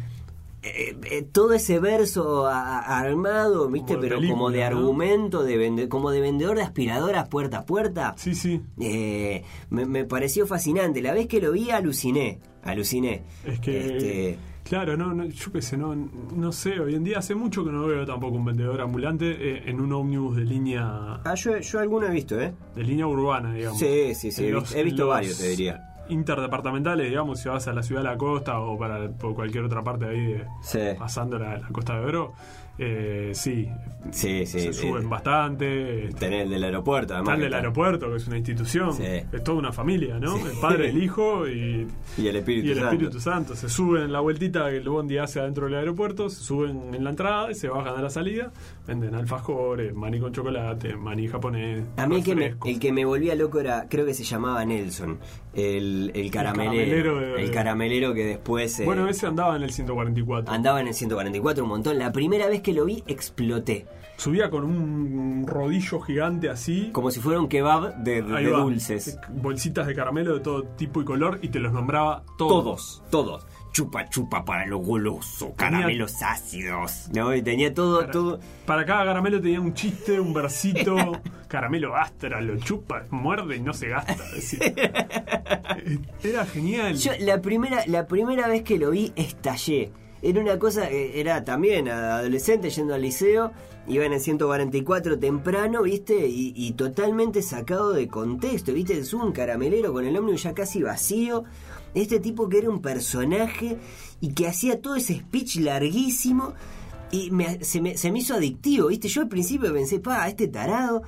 A: eh, eh, todo ese verso a- a- armado, ¿viste?
B: Como de
A: Pero como de
B: película, ¿no?
A: argumento, de vende- como de vendedor de aspiradoras puerta a puerta.
B: Sí, sí.
A: Eh, me, me pareció fascinante. La vez que lo vi, aluciné. Aluciné.
B: Es que.
A: Este,
B: Claro, no, no, yo qué sé, no, no sé. Hoy en día hace mucho que no veo tampoco un vendedor ambulante eh, en un ómnibus de línea
A: ah, yo, yo alguno he visto, ¿eh?
B: de línea urbana, digamos.
A: Sí, sí, sí,
B: En
A: he visto- he visto varios, te diría.
B: Interdepartamentales, digamos, si vas a la ciudad de la costa o para por cualquier otra parte ahí, de-
A: Sí.
B: pasando la, la costa de Oro, eh, sí,
A: Sí, sí.
B: se
A: eh,
B: suben bastante. este,
A: Tener el del aeropuerto, además.
B: Está el
A: que
B: del
A: está-
B: aeropuerto, que es una institución,
A: Sí.
B: es toda una familia, ¿no?
A: Sí.
B: El padre, el hijo y,
A: Y el Espíritu
B: y el
A: Santo.
B: Espíritu Santo. Se suben en la vueltita que el bondi hace adentro del aeropuerto, se suben en la entrada y se bajan a la salida, venden alfajores, maní con chocolate, maní japonés.
A: A mí el que, me,
B: refresco.
A: el que me volvía loco era, creo que se llamaba Nelson, el, el caramelero.
B: caramelero de-
A: el caramelero que después eh,
B: Bueno, ese andaba en el 144.
A: andaba en el 144 un montón. La primera vez que lo vi, exploté.
B: Subía con un rodillo gigante así.
A: Como si fuera un kebab de,
B: Ahí
A: de
B: va.
A: dulces.
B: Bolsitas de caramelo de todo tipo y color y te los nombraba todos.
A: Todos, todos. Chupa chupa para lo goloso,
B: Tenía-
A: caramelos ácidos. No, y tenía todo,
B: Para-
A: todo.
B: Para cada caramelo tenía un chiste, un versito. caramelo astra, lo chupa, muerde y no se gasta. decía. Eh, Era genial.
A: Yo la primera, la primera vez que lo vi estallé. Era una cosa, eh, era también adolescente yendo al liceo, iba en el 144 temprano, ¿viste? Y, y totalmente sacado de contexto, ¿viste? Es un caramelero con el ómnibus ya casi vacío. Este tipo que era un personaje y que hacía todo ese speech larguísimo y me- se, me, se me hizo adictivo, ¿viste? Yo al principio pensé, pa, este tarado.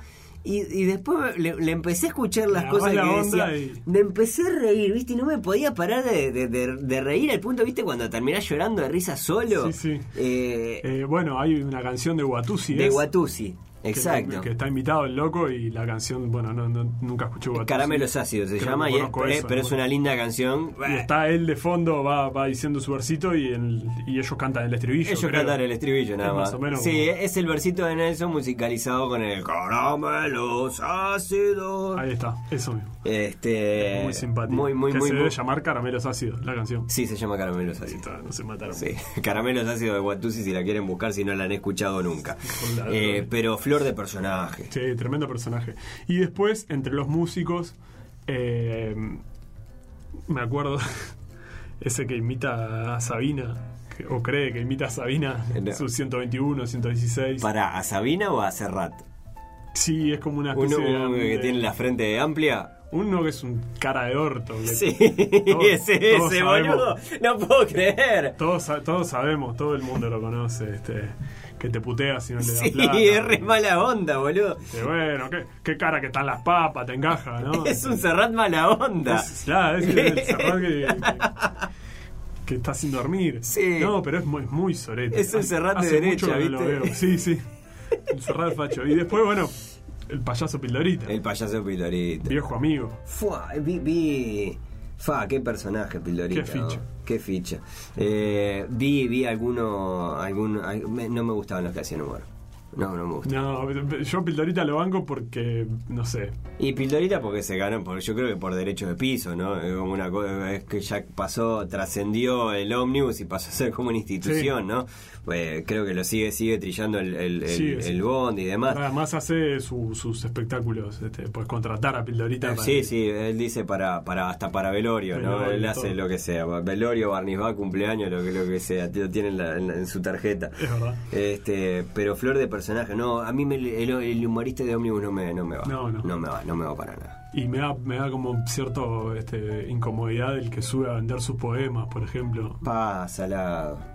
A: Y, y después le, le empecé a escuchar las
B: Le
A: cosas
B: agarrás
A: que
B: la
A: decía.
B: onda y-
A: Me empecé a reír, ¿viste? Y no me podía parar de, de- de- de reír al punto, ¿viste? Cuando terminás llorando de risa solo.
B: Sí, sí.
A: Eh,
B: Eh, bueno, hay una canción de Watusi.
A: de
B: es,
A: Guatusi.
B: que-
A: Exacto.
B: Que, está invitado el loco y la canción, bueno, no, no- nunca escuché Watusi.
A: Caramelos ácidos se
B: Creo que
A: llama, y es-
B: conozco
A: eh,
B: eso,
A: pero
B: ¿no?
A: es una linda canción.
B: Y está él de fondo, va, va diciendo su versito y, el- y ellos cantan el estribillo.
A: Ellos
B: creo.
A: cantan el estribillo nada
B: Es
A: más.
B: más o menos
A: sí,
B: como-
A: es el versito de Nelson musicalizado con el caramelos ácidos.
B: Ahí está, eso mismo.
A: Este,
B: Muy simpático.
A: Muy, muy,
B: que
A: muy.
B: se
A: muy-
B: debe lhamar Caramelos Ácidos, la canción.
A: Sí, se llama Caramelos
B: Ahí
A: ácidos.
B: está, no se mataron.
A: Sí, Caramelos ácidos de Guatusi si la quieren buscar si no la han escuchado nunca.
B: Claro.
A: Eh, pero flor de personaje.
B: Sí, tremendo personaje. Y después, entre los músicos, eh, me acuerdo ese que imita a Sabina, que- o cree que imita a Sabina,
A: No.
B: su 121, 116.
A: ¿Para a Sabina o a Serrat?
B: Sí, es como una
A: Uno,
B: especie de-
A: que
B: de-
A: tiene la frente amplia.
B: Uno que es un cara de orto. que
A: Sí,
B: Eh, todos-
A: ese,
B: todos
A: ese,
B: sabemos-
A: boludo. No puedo creer.
B: Todos, sa- todos sabemos, todo el mundo lo conoce, este, que te putea si no le das
A: Sí,
B: plata.
A: es re mala onda, boludo.
B: Que bueno, qué, qué cara que están las papas, te encaja, ¿no?
A: Es un Serrat mala onda.
B: Es- claro, es el Serrat que, que- que está sin dormir.
A: Sí.
B: No, pero es muy, es muy sorete.
A: Es un Serrat de
B: Hace
A: derecha,
B: mucho que no lo
A: ¿viste?
B: veo. Sí, sí. El Serrat facho. Y después, bueno, el payaso Pildorita.
A: El payaso Pilorita.
B: Viejo amigo.
A: Fua, vi, vi- Fa, qué personaje, Pilorita.
B: Qué ficha.
A: ¿no? Qué ficha. Eh, vi, vi alguno. alguno al- me- no me gustaban los que hacían humor. No, no me gusta.
B: No, yo Pildorita lo banco porque, no sé,
A: Y Pildorita porque se ganó, por, yo creo que por derecho de piso, ¿no? Es como una cosa, es que ya pasó, trascendió el ómnibus y pasó a ser como una institución,
B: Sí.
A: ¿no? Eh, creo que lo sigue, sigue trillando el, el, el,
B: Sigue, sí.
A: el bond y demás.
B: Además hace su- sus espectáculos, este, puedes contratar a Pildorita. para-
A: Eh, Sí, sí, él dice para, para hasta para velorio, ¿no?
B: Velorio,
A: Él hace
B: todo.
A: lo que sea, velorio, barnizba, cumpleaños, lo que, lo que sea, lo tiene en, la- en la- en su tarjeta.
B: Es verdad.
A: Este, pero flor de personaje, no, a mí me- el, el humorista de Omnibus no me, no me va.
B: No, no.
A: me va, no me va para nada.
B: Y me da, me da como cierto este, incomodidad el que sube a vender sus poemas, por ejemplo.
A: Pásala.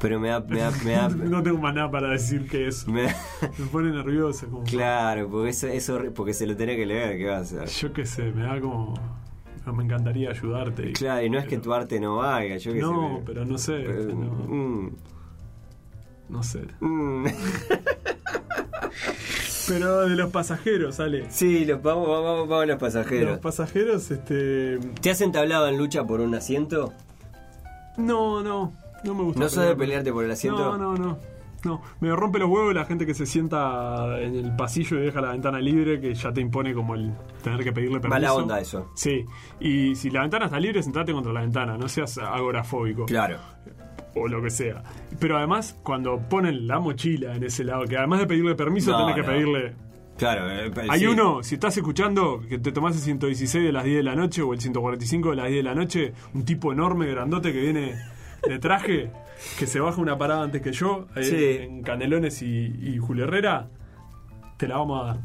A: Pero me da, me da, me da-
B: no tengo más nada para decir que eso.
A: me da-
B: Me pone nervioso, como...
A: claro, porque eso, eso porque se lo tenía que leer, ¿qué va a hacer?
B: Yo qué sé, me da como... Me encantaría ayudarte. y-
A: Claro, y no es que tu arte no valga, yo qué sé.
B: No, pero no sé.
A: pero-
B: este, no,
A: mm,
B: no sé.
A: mm.
B: Pero de los pasajeros, Ale.
A: Sí, los, vamos, vamos, vamos, vamos los
B: Los
A: pasajeros.
B: pasajeros, este...
A: ¿Te has entablado en lucha por un asiento?
B: No, no, no me gusta.
A: ¿No sos de
B: pelearme.
A: pelearte por el asiento?
B: No, no, no. No, me rompe los huevos la gente que se sienta en el pasillo y deja la ventana libre, que ya te impone como el tener que pedirle permiso.
A: Mala onda eso.
B: Sí, y si la ventana está libre, sentate contra la ventana, no seas agorafóbico
A: Claro.
B: o lo que sea. Pero además, cuando ponen la mochila en ese lado, que además de pedirle permiso,
A: No,
B: tenés que
A: no.
B: pedirle...
A: Claro. eh, pe-
B: Hay
A: sí.
B: uno, si estás escuchando, que te tomás el 116 de las 10 de la noche o el 145 de las 10 de la noche, un tipo enorme, grandote que viene de traje, que se baja una parada antes que yo, eh,
A: Sí.
B: en Canelones y, y Julio Herrera, te la vamos a dar.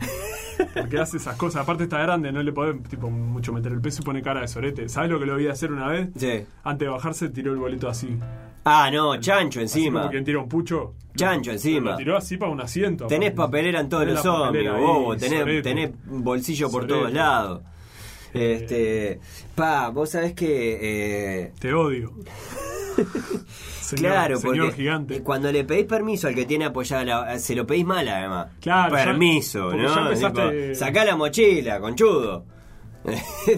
B: Porque hace esas cosas, aparte está grande, no le podés tipo, mucho meter el peso y pone cara de sorete. ¿Sabes lo que lo vi hacer una vez?
A: Sí.
B: Antes de bajarse tiró el boleto así.
A: Ah, no, chancho
B: Así como
A: encima.
B: quien tira un pucho.
A: Chancho encima.
B: Lo tiró así para un asiento.
A: Tenés
B: aparte.
A: papelera en todos
B: Tenés
A: los
B: la papelera
A: hombres,
B: ahí,
A: bobo. Tenés,
B: sorete.
A: tenés bolsillo por
B: Sorete. Eh.
A: todos lados. Este. Pa, vos sabés que. eh,
B: Te odio. Señor-
A: claro,
B: señor
A: porque
B: gigante.
A: cuando le pedís permiso al que tiene apoyada la. eh, Se lo pedís mal, además.
B: Claro, ya-
A: Permiso,
B: porque
A: ¿no?
B: ya empezaste-
A: Tipo, sacá la mochila, conchudo.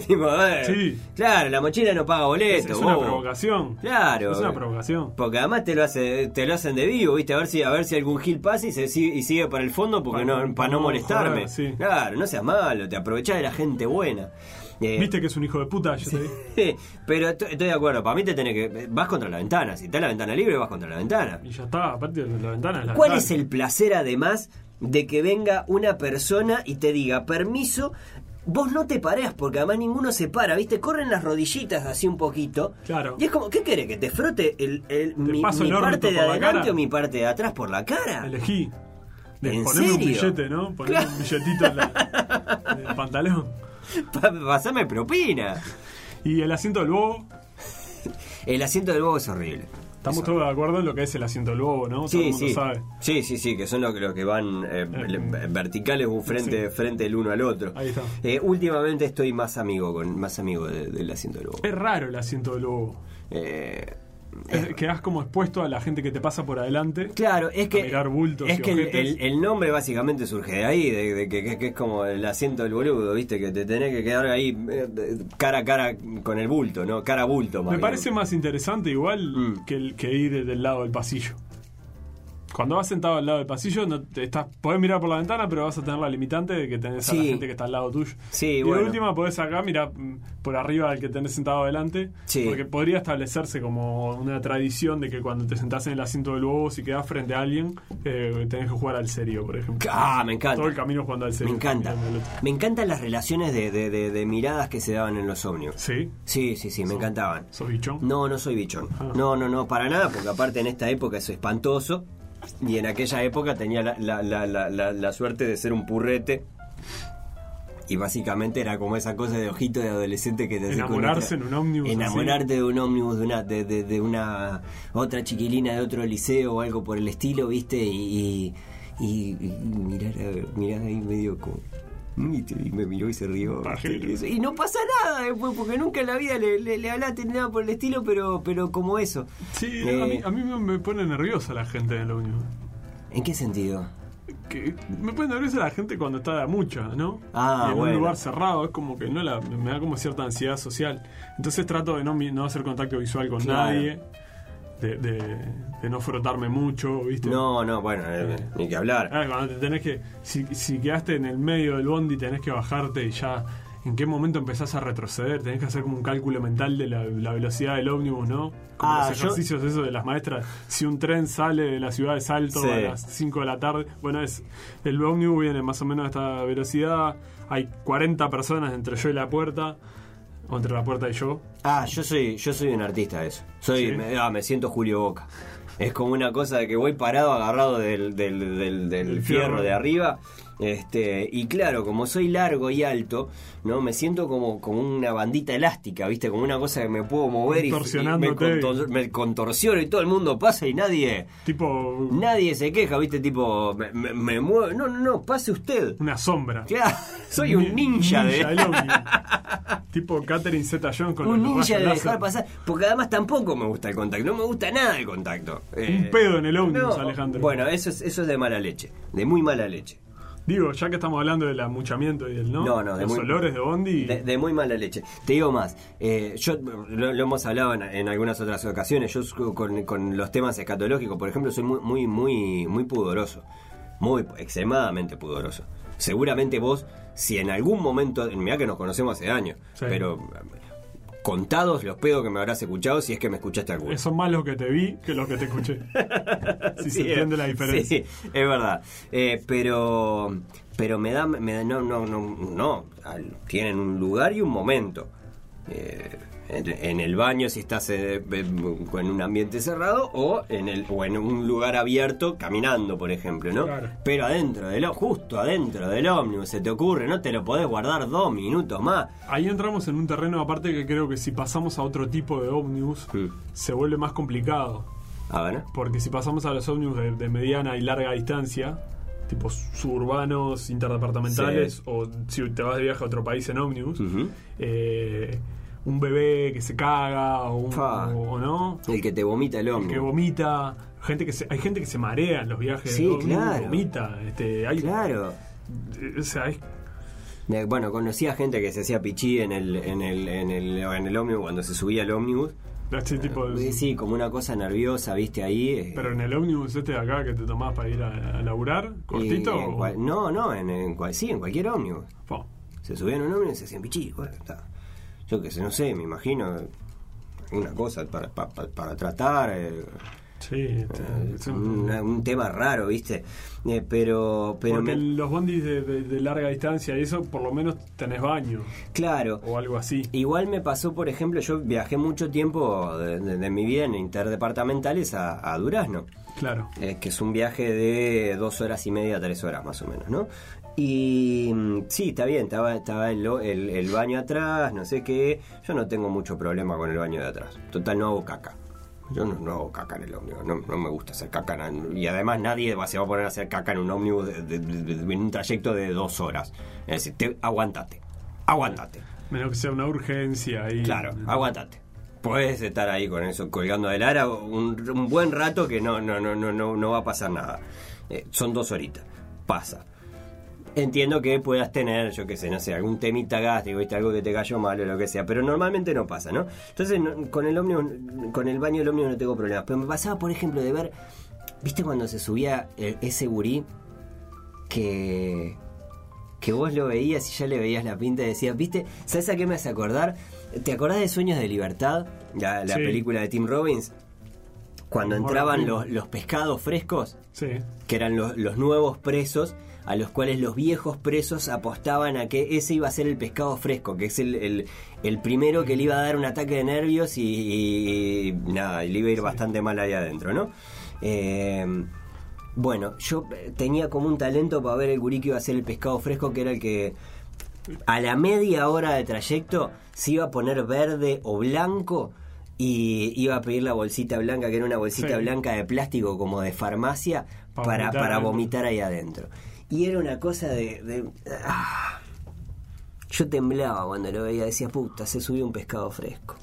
A: tipo, eh,
B: Sí.
A: Claro, la mochila no paga
B: Es,
A: boleto.
B: es una
A: bobo.
B: provocación.
A: Claro.
B: Es una provocación.
A: Porque además te lo hace, te lo hacen de vivo, viste, a ver si, a ver si algún gil pasa y, se, si- y sigue para el fondo porque
B: Pa-
A: no, para no
B: no,
A: molestarme.
B: joder, sí.
A: Claro, no seas malo, te aprovechás de la gente buena. Eh,
B: Viste que es un hijo de puta, yo te dije.
A: Pero estoy, estoy de acuerdo, para mí te tenés que. Vas contra la ventana, si está la ventana libre, vas contra la ventana.
B: Y ya está, aparte de la ventana. es La
A: ¿Cuál
B: ventana.
A: es el placer además de que venga una persona y te diga permiso? Vos no te parás porque además ninguno se para, ¿viste? Corren las rodillitas así un poquito.
B: Claro.
A: Y es como, ¿qué querés? ¿Que te frote el, el- mi,
B: paso
A: mi
B: el órnito
A: parte de
B: por la
A: adelante
B: cara?
A: o mi parte de atrás por la cara?
B: Elegí. De
A: ¿En
B: ponerme un
A: serio?
B: billete, ¿no? Ponerme un billetito en, la- en el pantalón.
A: Pa- Pasame propina.
B: Y el asiento del bobo.
A: El asiento del bobo es horrible.
B: Estamos todos de acuerdo en lo que es el asiento lobo, ¿no? Todo el
A: Sí,
B: mundo
A: sí.
B: sabe.
A: sí, sí, sí, que son los, que- los que van eh, le- verticales u frente, frente el uno al otro.
B: Ahí está.
A: Eh, últimamente estoy más amigo con más amigo de- del asiento del lobo.
B: Es raro el asiento lobo.
A: Eh,
B: Es- Quedás como expuesto a la gente que te pasa por adelante.
A: claro, es que,
B: mirar bultos
A: es
B: y
A: que el,
B: ojetes.
A: el- el nombre básicamente surge de ahí, de, de que, que- que es como el asiento del boludo, ¿viste? Que te tenés que quedar ahí eh, de- cara a cara con el bulto, ¿no? Cara a bulto. más
B: Me
A: bien.
B: parece más interesante igual que, el, que ir del lado del pasillo. Cuando vas sentado al lado del pasillo, no te estás, podés mirar por la ventana, pero vas a tener la limitante de que tenés a la
A: Sí.
B: gente que está al lado tuyo.
A: Sí,
B: y
A: bueno.
B: de última podés acá mirar mm, por arriba al que tenés sentado adelante.
A: Sí.
B: Porque podría establecerse como una tradición de que cuando te sentás en el asiento del huevo, si quedás frente a alguien, eh, tenés que jugar al serio, por ejemplo.
A: Ah, me encanta.
B: Todo el camino jugando al
A: Me
B: serio.
A: encanta.
B: mirando al otro.
A: Me encantan las relaciones de, de- de- de miradas que se daban en los ómnibus.
B: Sí,
A: Sí, sí, sí, me encantaban.
B: sos bichón.
A: No, no soy bichón. No, no, no, para nada, porque aparte en esta época es espantoso. Y en aquella época tenía la, la- la- la- la- la suerte de ser un purrete. Y básicamente era como esa cosa de ojito de adolescente que te hace
B: Enamorarse
A: con
B: en un ómnibus,
A: Enamorarte de un ómnibus, de una, de, de- de una otra chiquilina de otro liceo o algo por el estilo, ¿viste? Y, y, y- y mirar, a- mirar ahí medio como. "Viste", Y me miró y se rió. ¿viste?
B: Pajero.
A: Y eso- Y no pasa nada después, porque nunca en la vida le, le, le hablaste ni nada por el estilo, pero, pero como eso.
B: Sí,
A: Eh,
B: a mí, a mí me- me pone nerviosa la gente del ómnibus.
A: ¿En qué sentido?
B: que me pone nerviosa la gente cuando está de a mucha, ¿no?
A: Ah,
B: Y en
A: bueno.
B: un lugar cerrado, es como que no la, me da como cierta ansiedad social. Entonces trato de no, mi- no hacer contacto visual con
A: Claro.
B: nadie, de, de- de no frotarme mucho, ¿viste?
A: No, no, bueno, eh, ni que hablar.
B: Ah, cuando te tenés que. Si, si quedaste en el medio del bondi, tenés que bajarte y ya. ¿En qué momento empezás a retroceder? Tenés que hacer como un cálculo mental de la, la velocidad del ómnibus, ¿no? Como
A: Ah,
B: los
A: yo-
B: ejercicios esos de las maestras. Si un tren sale de la ciudad de Salto
A: Sí.
B: a las 5 de la tarde. Bueno, es el ómnibus viene más o menos a esta velocidad. Hay 40 personas entre yo y la puerta. O entre la puerta y yo.
A: Ah, yo soy, yo soy un artista de eso. Soy,
B: Sí.
A: me, ah, me siento Julio Boca. Es como una cosa de que voy parado agarrado del, del, del- del
B: Del
A: fierro.
B: fierro.
A: de arriba. Este, y claro, como soy largo y alto, ¿no? Me siento como, como una bandita elástica, ¿viste? Como una cosa que me puedo mover y, y me,
B: Contorsionándote.
A: contor- me contorsiono y todo el mundo pasa y nadie,
B: Tipo
A: nadie se queja, ¿viste? Tipo, me, me, me mueve. No, no, no, pase usted.
B: una sombra.
A: Claro, soy un ninja, de.
B: del ómnibus. tipo Catherine Zeta Jones con
A: Un
B: los
A: ninja de
B: rayos
A: dejar
B: láser.
A: pasar. Porque además tampoco me gusta el contacto. No me gusta nada el contacto. Eh,
B: Un pedo en el ómnibus, Alejandro.
A: Bueno, eso es, eso es de mala leche. De muy mala leche.
B: Digo, ya que estamos hablando del amuchamiento y del no,
A: No, no, de
B: los
A: muy-
B: olores de Bondi.
A: De, de muy mala leche. Te digo más. eh, yo lo, lo hemos hablado en, en algunas otras ocasiones. Yo su- con, con los temas escatológicos, por ejemplo, soy muy, muy, muy, muy pudoroso. Muy extremadamente pudoroso. Seguramente vos, si en algún momento, mirá que nos conocemos hace años,
B: Sí.
A: pero eh, contados los pedos que me habrás escuchado si es que me escuchaste alguno.
B: Son más los que te vi que los que te escuché. si se
A: Sí,
B: entiende la diferencia.
A: sí, es verdad. Eh, pero pero me da, me da- no, no, no, no. Al- Tienen un lugar y un momento. Eh, en, en el baño si estás eh, en un ambiente cerrado o en el o en un lugar abierto caminando, por ejemplo, ¿no?
B: Claro.
A: Pero adentro del ó- justo adentro del ómnibus se te ocurre, no te lo podés guardar dos minutos más.
B: Ahí entramos en un terreno aparte que creo que si pasamos a otro tipo de ómnibus
A: Mm.
B: se vuelve más complicado.
A: Ah, bueno.
B: Porque si pasamos a los ómnibus de, de mediana y larga distancia, tipo suburbanos, interdepartamentales,
A: Sí.
B: o si te vas de viaje a otro país en ómnibus,
A: Ujú.
B: eh, un bebé que se caga o, un-
A: Fa.
B: o- o no,
A: El que te vomita el ómnibus.
B: que vomita. Gente que se- hay gente que se marea en los viajes.
A: Sí,
B: de ómnibus,
A: claro.
B: Vomita. Este, hay,
A: Claro.
B: eh, o sea, es-
A: De- bueno, conocía gente que se hacía pichí en el, en el, en el, en el ómnibus cuando se subía al ómnibus.
B: este tipo de-
A: Sí, como una cosa nerviosa, viste ahí. eh,
B: Pero en el ómnibus este de acá que te tomás para ir a, a laburar, cortito.
A: y en
B: o-
A: cual- no, no, en, en cual, sí, en cualquier ómnibus.
B: Fua.
A: Se subían a un ómnibus y se hacían pichí. Bueno, está. Yo que sé, no sé, me imagino una cosa para, pa- pa- para tratar. eh, mm,
B: Sí, este, es un-
A: una- un tema raro, viste. Eh, pero, pero
B: Porque
A: me-
B: los bondis de, de- de larga distancia y eso, por lo menos tenés baño
A: claro.
B: o algo así.
A: Igual me pasó, por ejemplo, yo viajé mucho tiempo de, de- de mi vida en interdepartamentales a, a Durazno,
B: Claro.
A: eh, que es un viaje de dos horas y media, tres horas más o menos, ¿no? Y mm, sí, está bien, estaba, estaba el, lo- el- el baño atrás, no sé qué. Yo no tengo mucho problema con el baño de atrás. Total, no hago caca. Yo no, no hago caca en el ómnibus, no, no me gusta hacer caca. na- Y además nadie va- se va a poner a hacer caca en un ómnibus de- de- de- de- en un trayecto de dos horas. Es decir, te, aguantate, aguantate.
B: Menos que sea una urgencia ahí.
A: Claro, aguantate. Puedes estar ahí con eso colgando del ara un, un buen rato que no, no, no, no, no, no va a pasar nada. Eh, son dos horitas. Pasa. Entiendo que puedas tener, yo qué sé, no sé, algún temita gástrico, ¿viste? algo que te cayó mal o lo que sea, pero normalmente no pasa, ¿no? Entonces, no- con el ómnibus, con el baño del ómnibus no tengo problemas. Pero me pasaba, por ejemplo, de ver, ¿viste cuando se subía el- ese gurí que que vos lo veías y ya le veías la pinta y decías, ¿viste? ¿Sabes a qué me hace acordar? ¿Te acordás de Sueños de Libertad? La, la
B: Sí.
A: película de Tim Robbins. Cuando
B: Ahora
A: entraban
B: sí.
A: los, los pescados frescos,
B: Sí.
A: que eran los, los nuevos presos, a los cuales los viejos presos apostaban a que ese iba a ser el pescado fresco, que es el, el- el primero que le iba a dar un ataque de nervios y, y- y nada, y le iba a ir bastante mal ahí adentro, ¿no? Eh, bueno, yo eh, tenía como un talento para ver el gurí que iba a ser el pescado fresco, que era el que a la media hora de trayecto se iba a poner verde o blanco y iba a pedir la bolsita blanca, que era una bolsita
B: Sí.
A: blanca de plástico como de farmacia,
B: Pa'
A: para,
B: vomitar
A: para
B: adentro.
A: vomitar ahí adentro. Y era una cosa de... de- ah. Yo temblaba cuando lo veía, decía, puta, se subió un pescado fresco.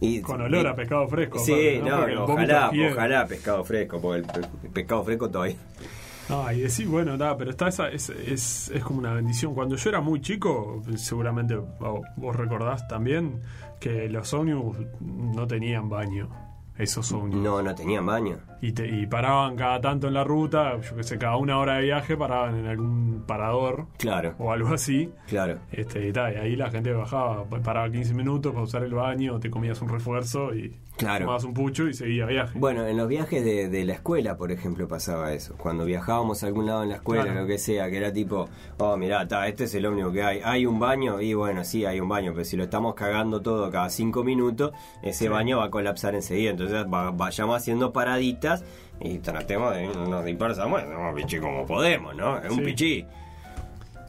A: Y-
B: Con olor a pescado fresco.
A: Sí,
B: aparte,
A: no,
B: Porque el vómito
A: ojalá,
B: es fiebre.
A: ojalá pescado fresco, porque el pe- el pescado fresco todavía.
B: Ah, y decir, bueno, da, pero está esa, es, es, es como una bendición. Cuando yo era muy chico, seguramente oh, vos recordás también que los ómnibus no tenían baño. Esos ómnibus.
A: No, no tenían baño.
B: Y, te- y paraban cada tanto en la ruta, yo que sé, cada una hora de viaje paraban en algún parador
A: Claro,
B: o algo así.
A: claro.
B: Este, y, ta, y ahí la gente bajaba, pa- paraba 15 minutos para usar el baño, te comías un refuerzo y
A: Claro.
B: tomabas un pucho y seguía viaje.
A: Bueno, en los viajes de, de la escuela, por ejemplo, pasaba eso. Cuando viajábamos a algún lado en la escuela,
B: Claro.
A: lo que sea, que era tipo, oh, mirá, ta, este es el ómnibus que hay. Hay un baño, y bueno, sí, hay un baño, pero si lo estamos cagando todo cada cinco minutos, ese baño va a colapsar enseguida. Entonces va- vayamos haciendo paraditas y tratemos de nos dispersamos, hacemos pichí como podemos, ¿no? Es un
B: Sí.
A: pichí.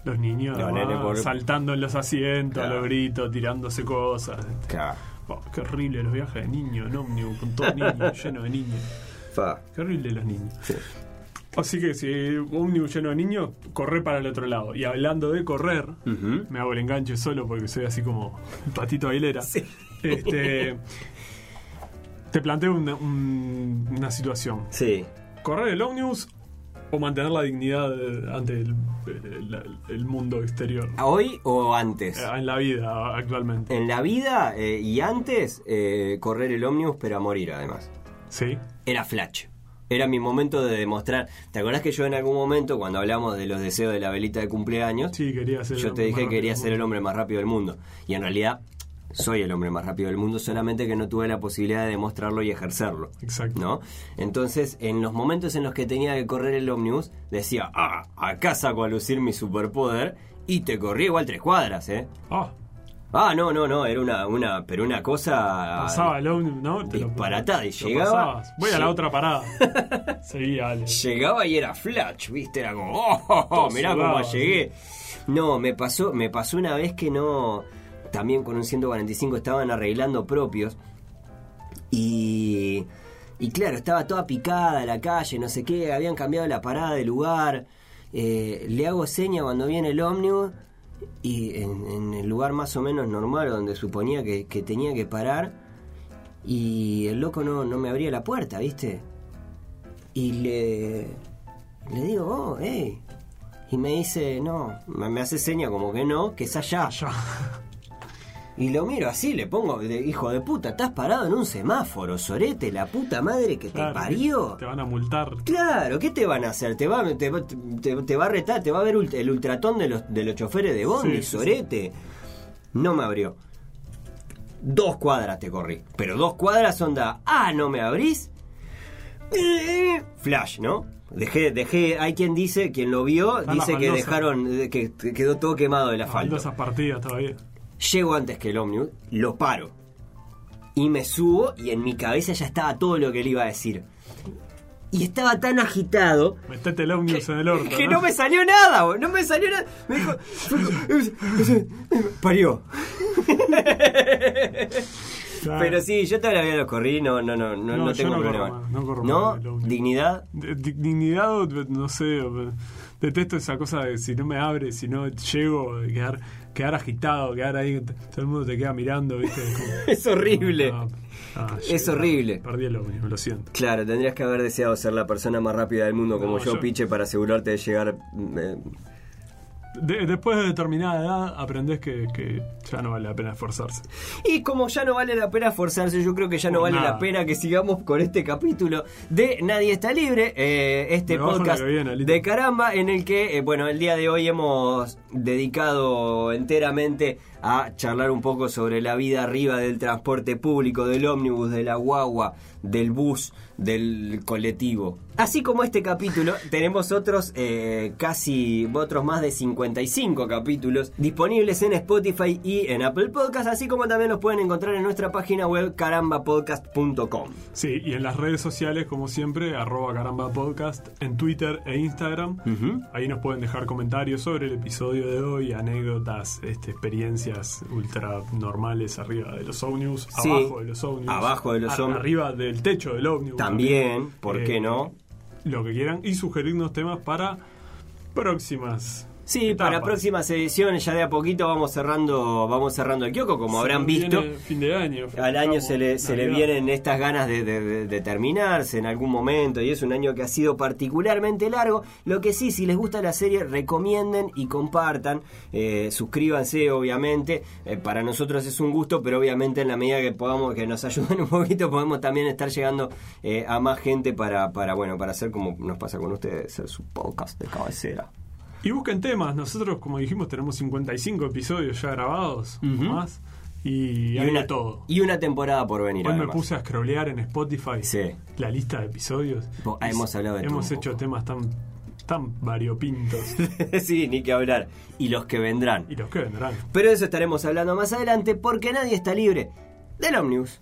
B: Los niños
A: Los
B: ah,
A: nenes por-
B: saltando en los asientos, a
A: Claro.
B: los gritos, tirándose cosas.
A: Claro.
B: Oh, qué horrible los viajes de niños, en ómnibus, con todo niño, lleno de niños.
A: Fa.
B: Qué horrible los niños. Así que si ómnibus lleno de niños, corré para el otro lado. Y hablando de correr,
A: Ujú.
B: me hago el enganche solo porque soy así como un patito Aguilera. Este, te planteo una, un- una situación.
A: Sí.
B: ¿Correr el ómnibus o mantener la dignidad eh, ante el, el- el mundo exterior?
A: ¿Hoy o antes?
B: Eh, En la vida actualmente.
A: En la vida eh, y antes, eh, correr el ómnibus, pero a morir además.
B: Sí.
A: Era Flash. Era mi momento de demostrar. ¿Te acordás que yo en algún momento, cuando hablamos de los deseos de la velita de cumpleaños,
B: Sí, quería ser.
A: yo te dije que quería ser el hombre más rápido del mundo? Y en realidad, soy el hombre más rápido del mundo, solamente que no tuve la posibilidad de demostrarlo y ejercerlo.
B: Exacto.
A: ¿No? Entonces, en los momentos en los que tenía que correr el ómnibus, decía, ah, acá saco a lucir mi superpoder y te corrí igual tres cuadras, ¿eh?
B: Ah,
A: Ah, no, no, no, era una, una, pero una cosa.
B: pasaba el ómnibus, ¿no? Te lo-
A: Disparatada, y
B: lo
A: Ah, llegaba-
B: pasabas. Voy a la
A: Sí.
B: otra parada. Seguía, Ale.
A: Llegaba y era flash, viste, era como, oh, oh, oh, mirá
B: sudado,
A: cómo llegué. No, me pasó, me pasó una vez que no, también con un 145 estaban arreglando propios y, y claro, estaba toda picada la calle, no sé qué, habían cambiado la parada de lugar. Eh, le hago seña cuando viene el ómnibus y en, en el lugar más o menos normal donde suponía que, que tenía que parar y el loco no, no me abría la puerta, ¿viste? Y le, le digo, oh, hey. Y me dice, no, me me hace seña como que no, que es allá.
B: Ya.
A: Y lo miro así, le pongo, de- hijo de puta, estás parado en un semáforo, sorete, la puta madre que te
B: Claro,
A: parió.
B: Te van a multar.
A: Claro, ¿qué te van a hacer? Te va, te, va- te- te va a retar, te va a ver ult- el ultratón de los, de los choferes de Bondi,
B: Sí, sí,
A: sorete. No me abrió. Dos cuadras te corrí. Pero dos cuadras onda. Ah, ¿no me abrís? Eh, Flash, ¿no? Dejé, dejé, hay quien dice, quien lo vio,
B: Están
A: dice
B: las
A: que
B: baldosas.
A: dejaron, eh, que quedó todo quemado el asfalto.
B: Falta esas partidas todavía.
A: Llego antes que el ómnibus, lo paro. Y me subo y en mi cabeza ya estaba todo lo que le iba a decir. Y estaba tan agitado
B: Metete el ómnibus en el orto.
A: que no me salió nada, bo- no me salió nada. Me dijo, parió.
B: Claro.
A: Pero sí, yo todavía lo corrí, no, no, no, no,
B: No,
A: no
B: yo
A: tengo
B: no corro
A: problema.
B: más, no corro más, lo
A: ¿No?
B: único.
A: ¿Dignidad?
B: De- di- Dignidad, o, no sé, o, detesto esa cosa de si no me abre, si no llego, de quedar, quedar agitado, quedar ahí, todo el mundo te queda mirando, ¿viste? Como,
A: Es horrible.
B: Ah, ah,
A: Es
B: llegué,
A: horrible.
B: Perdí el ómnibus, lo siento.
A: Claro, tendrías que haber deseado ser la persona más rápida del mundo como
B: No,
A: yo,
B: yo-
A: Piche, para asegurarte de llegar. mm, eh,
B: De- después de determinada edad aprendés que, que ya no vale la pena esforzarse.
A: Y como ya no vale la pena esforzarse, yo creo que ya no
B: Por
A: vale
B: nada.
A: la pena que sigamos con este capítulo de Nadie está libre, eh, este
B: Me bajo
A: podcast
B: la que viene, Alito.
A: de caramba, en el que, eh, bueno, el día de hoy hemos dedicado enteramente a charlar un poco sobre la vida arriba del transporte público, del ómnibus, de la guagua, del bus, del colectivo. Así como este capítulo, tenemos otros eh, casi, otros más de 55 capítulos disponibles en Spotify y en Apple Podcast, así como también los pueden encontrar en nuestra página web carambapodcast.com.
B: Sí, y en las redes sociales, como siempre, arroba caramba podcast, en Twitter e Instagram. Ahí nos pueden dejar comentarios sobre el episodio de hoy, anécdotas, este, experiencias ultra normales arriba de los ómnibus,
A: Sí,
B: abajo de los ómnibus.
A: abajo de los
B: ar-
A: ómnibus.
B: Arriba del techo del ómnibus.
A: También, ¿por qué
B: Eh,
A: no?
B: Lo que quieran y sugerirnos temas para próximas.
A: Sí,
B: etapas.
A: para próximas ediciones ya de a poquito vamos cerrando, vamos cerrando el kiosco, como
B: Se
A: habrán
B: nos
A: visto.
B: viene Fin de año.
A: Al año se le, se le
B: Navidad.
A: vienen estas ganas de, de- de- de terminarse en algún momento y es un año que ha sido particularmente largo. Lo que sí, si les gusta la serie, recomienden y compartan. eh, suscríbanse, obviamente. Eh, para nosotros es un gusto, pero obviamente en la medida que podamos, que nos ayuden un poquito, podemos también estar llegando eh, a más gente para, para, bueno, para hacer como nos pasa con ustedes, hacer su podcast de cabecera.
B: Y busquen temas. Nosotros, como dijimos, tenemos 55 episodios ya grabados o más. Y, hay de todo.
A: y una temporada por venir.
B: Hoy me
A: además.
B: puse a scrollear en Spotify
A: Sí.
B: la lista de episodios.
A: Po- ah, hemos hablado de todo
B: Hemos
A: un
B: hecho
A: poco.
B: temas tan, tan variopintos.
A: sí, ni que hablar. Y los que vendrán.
B: y los que vendrán.
A: Pero de eso estaremos hablando más adelante porque nadie está libre del Omnius.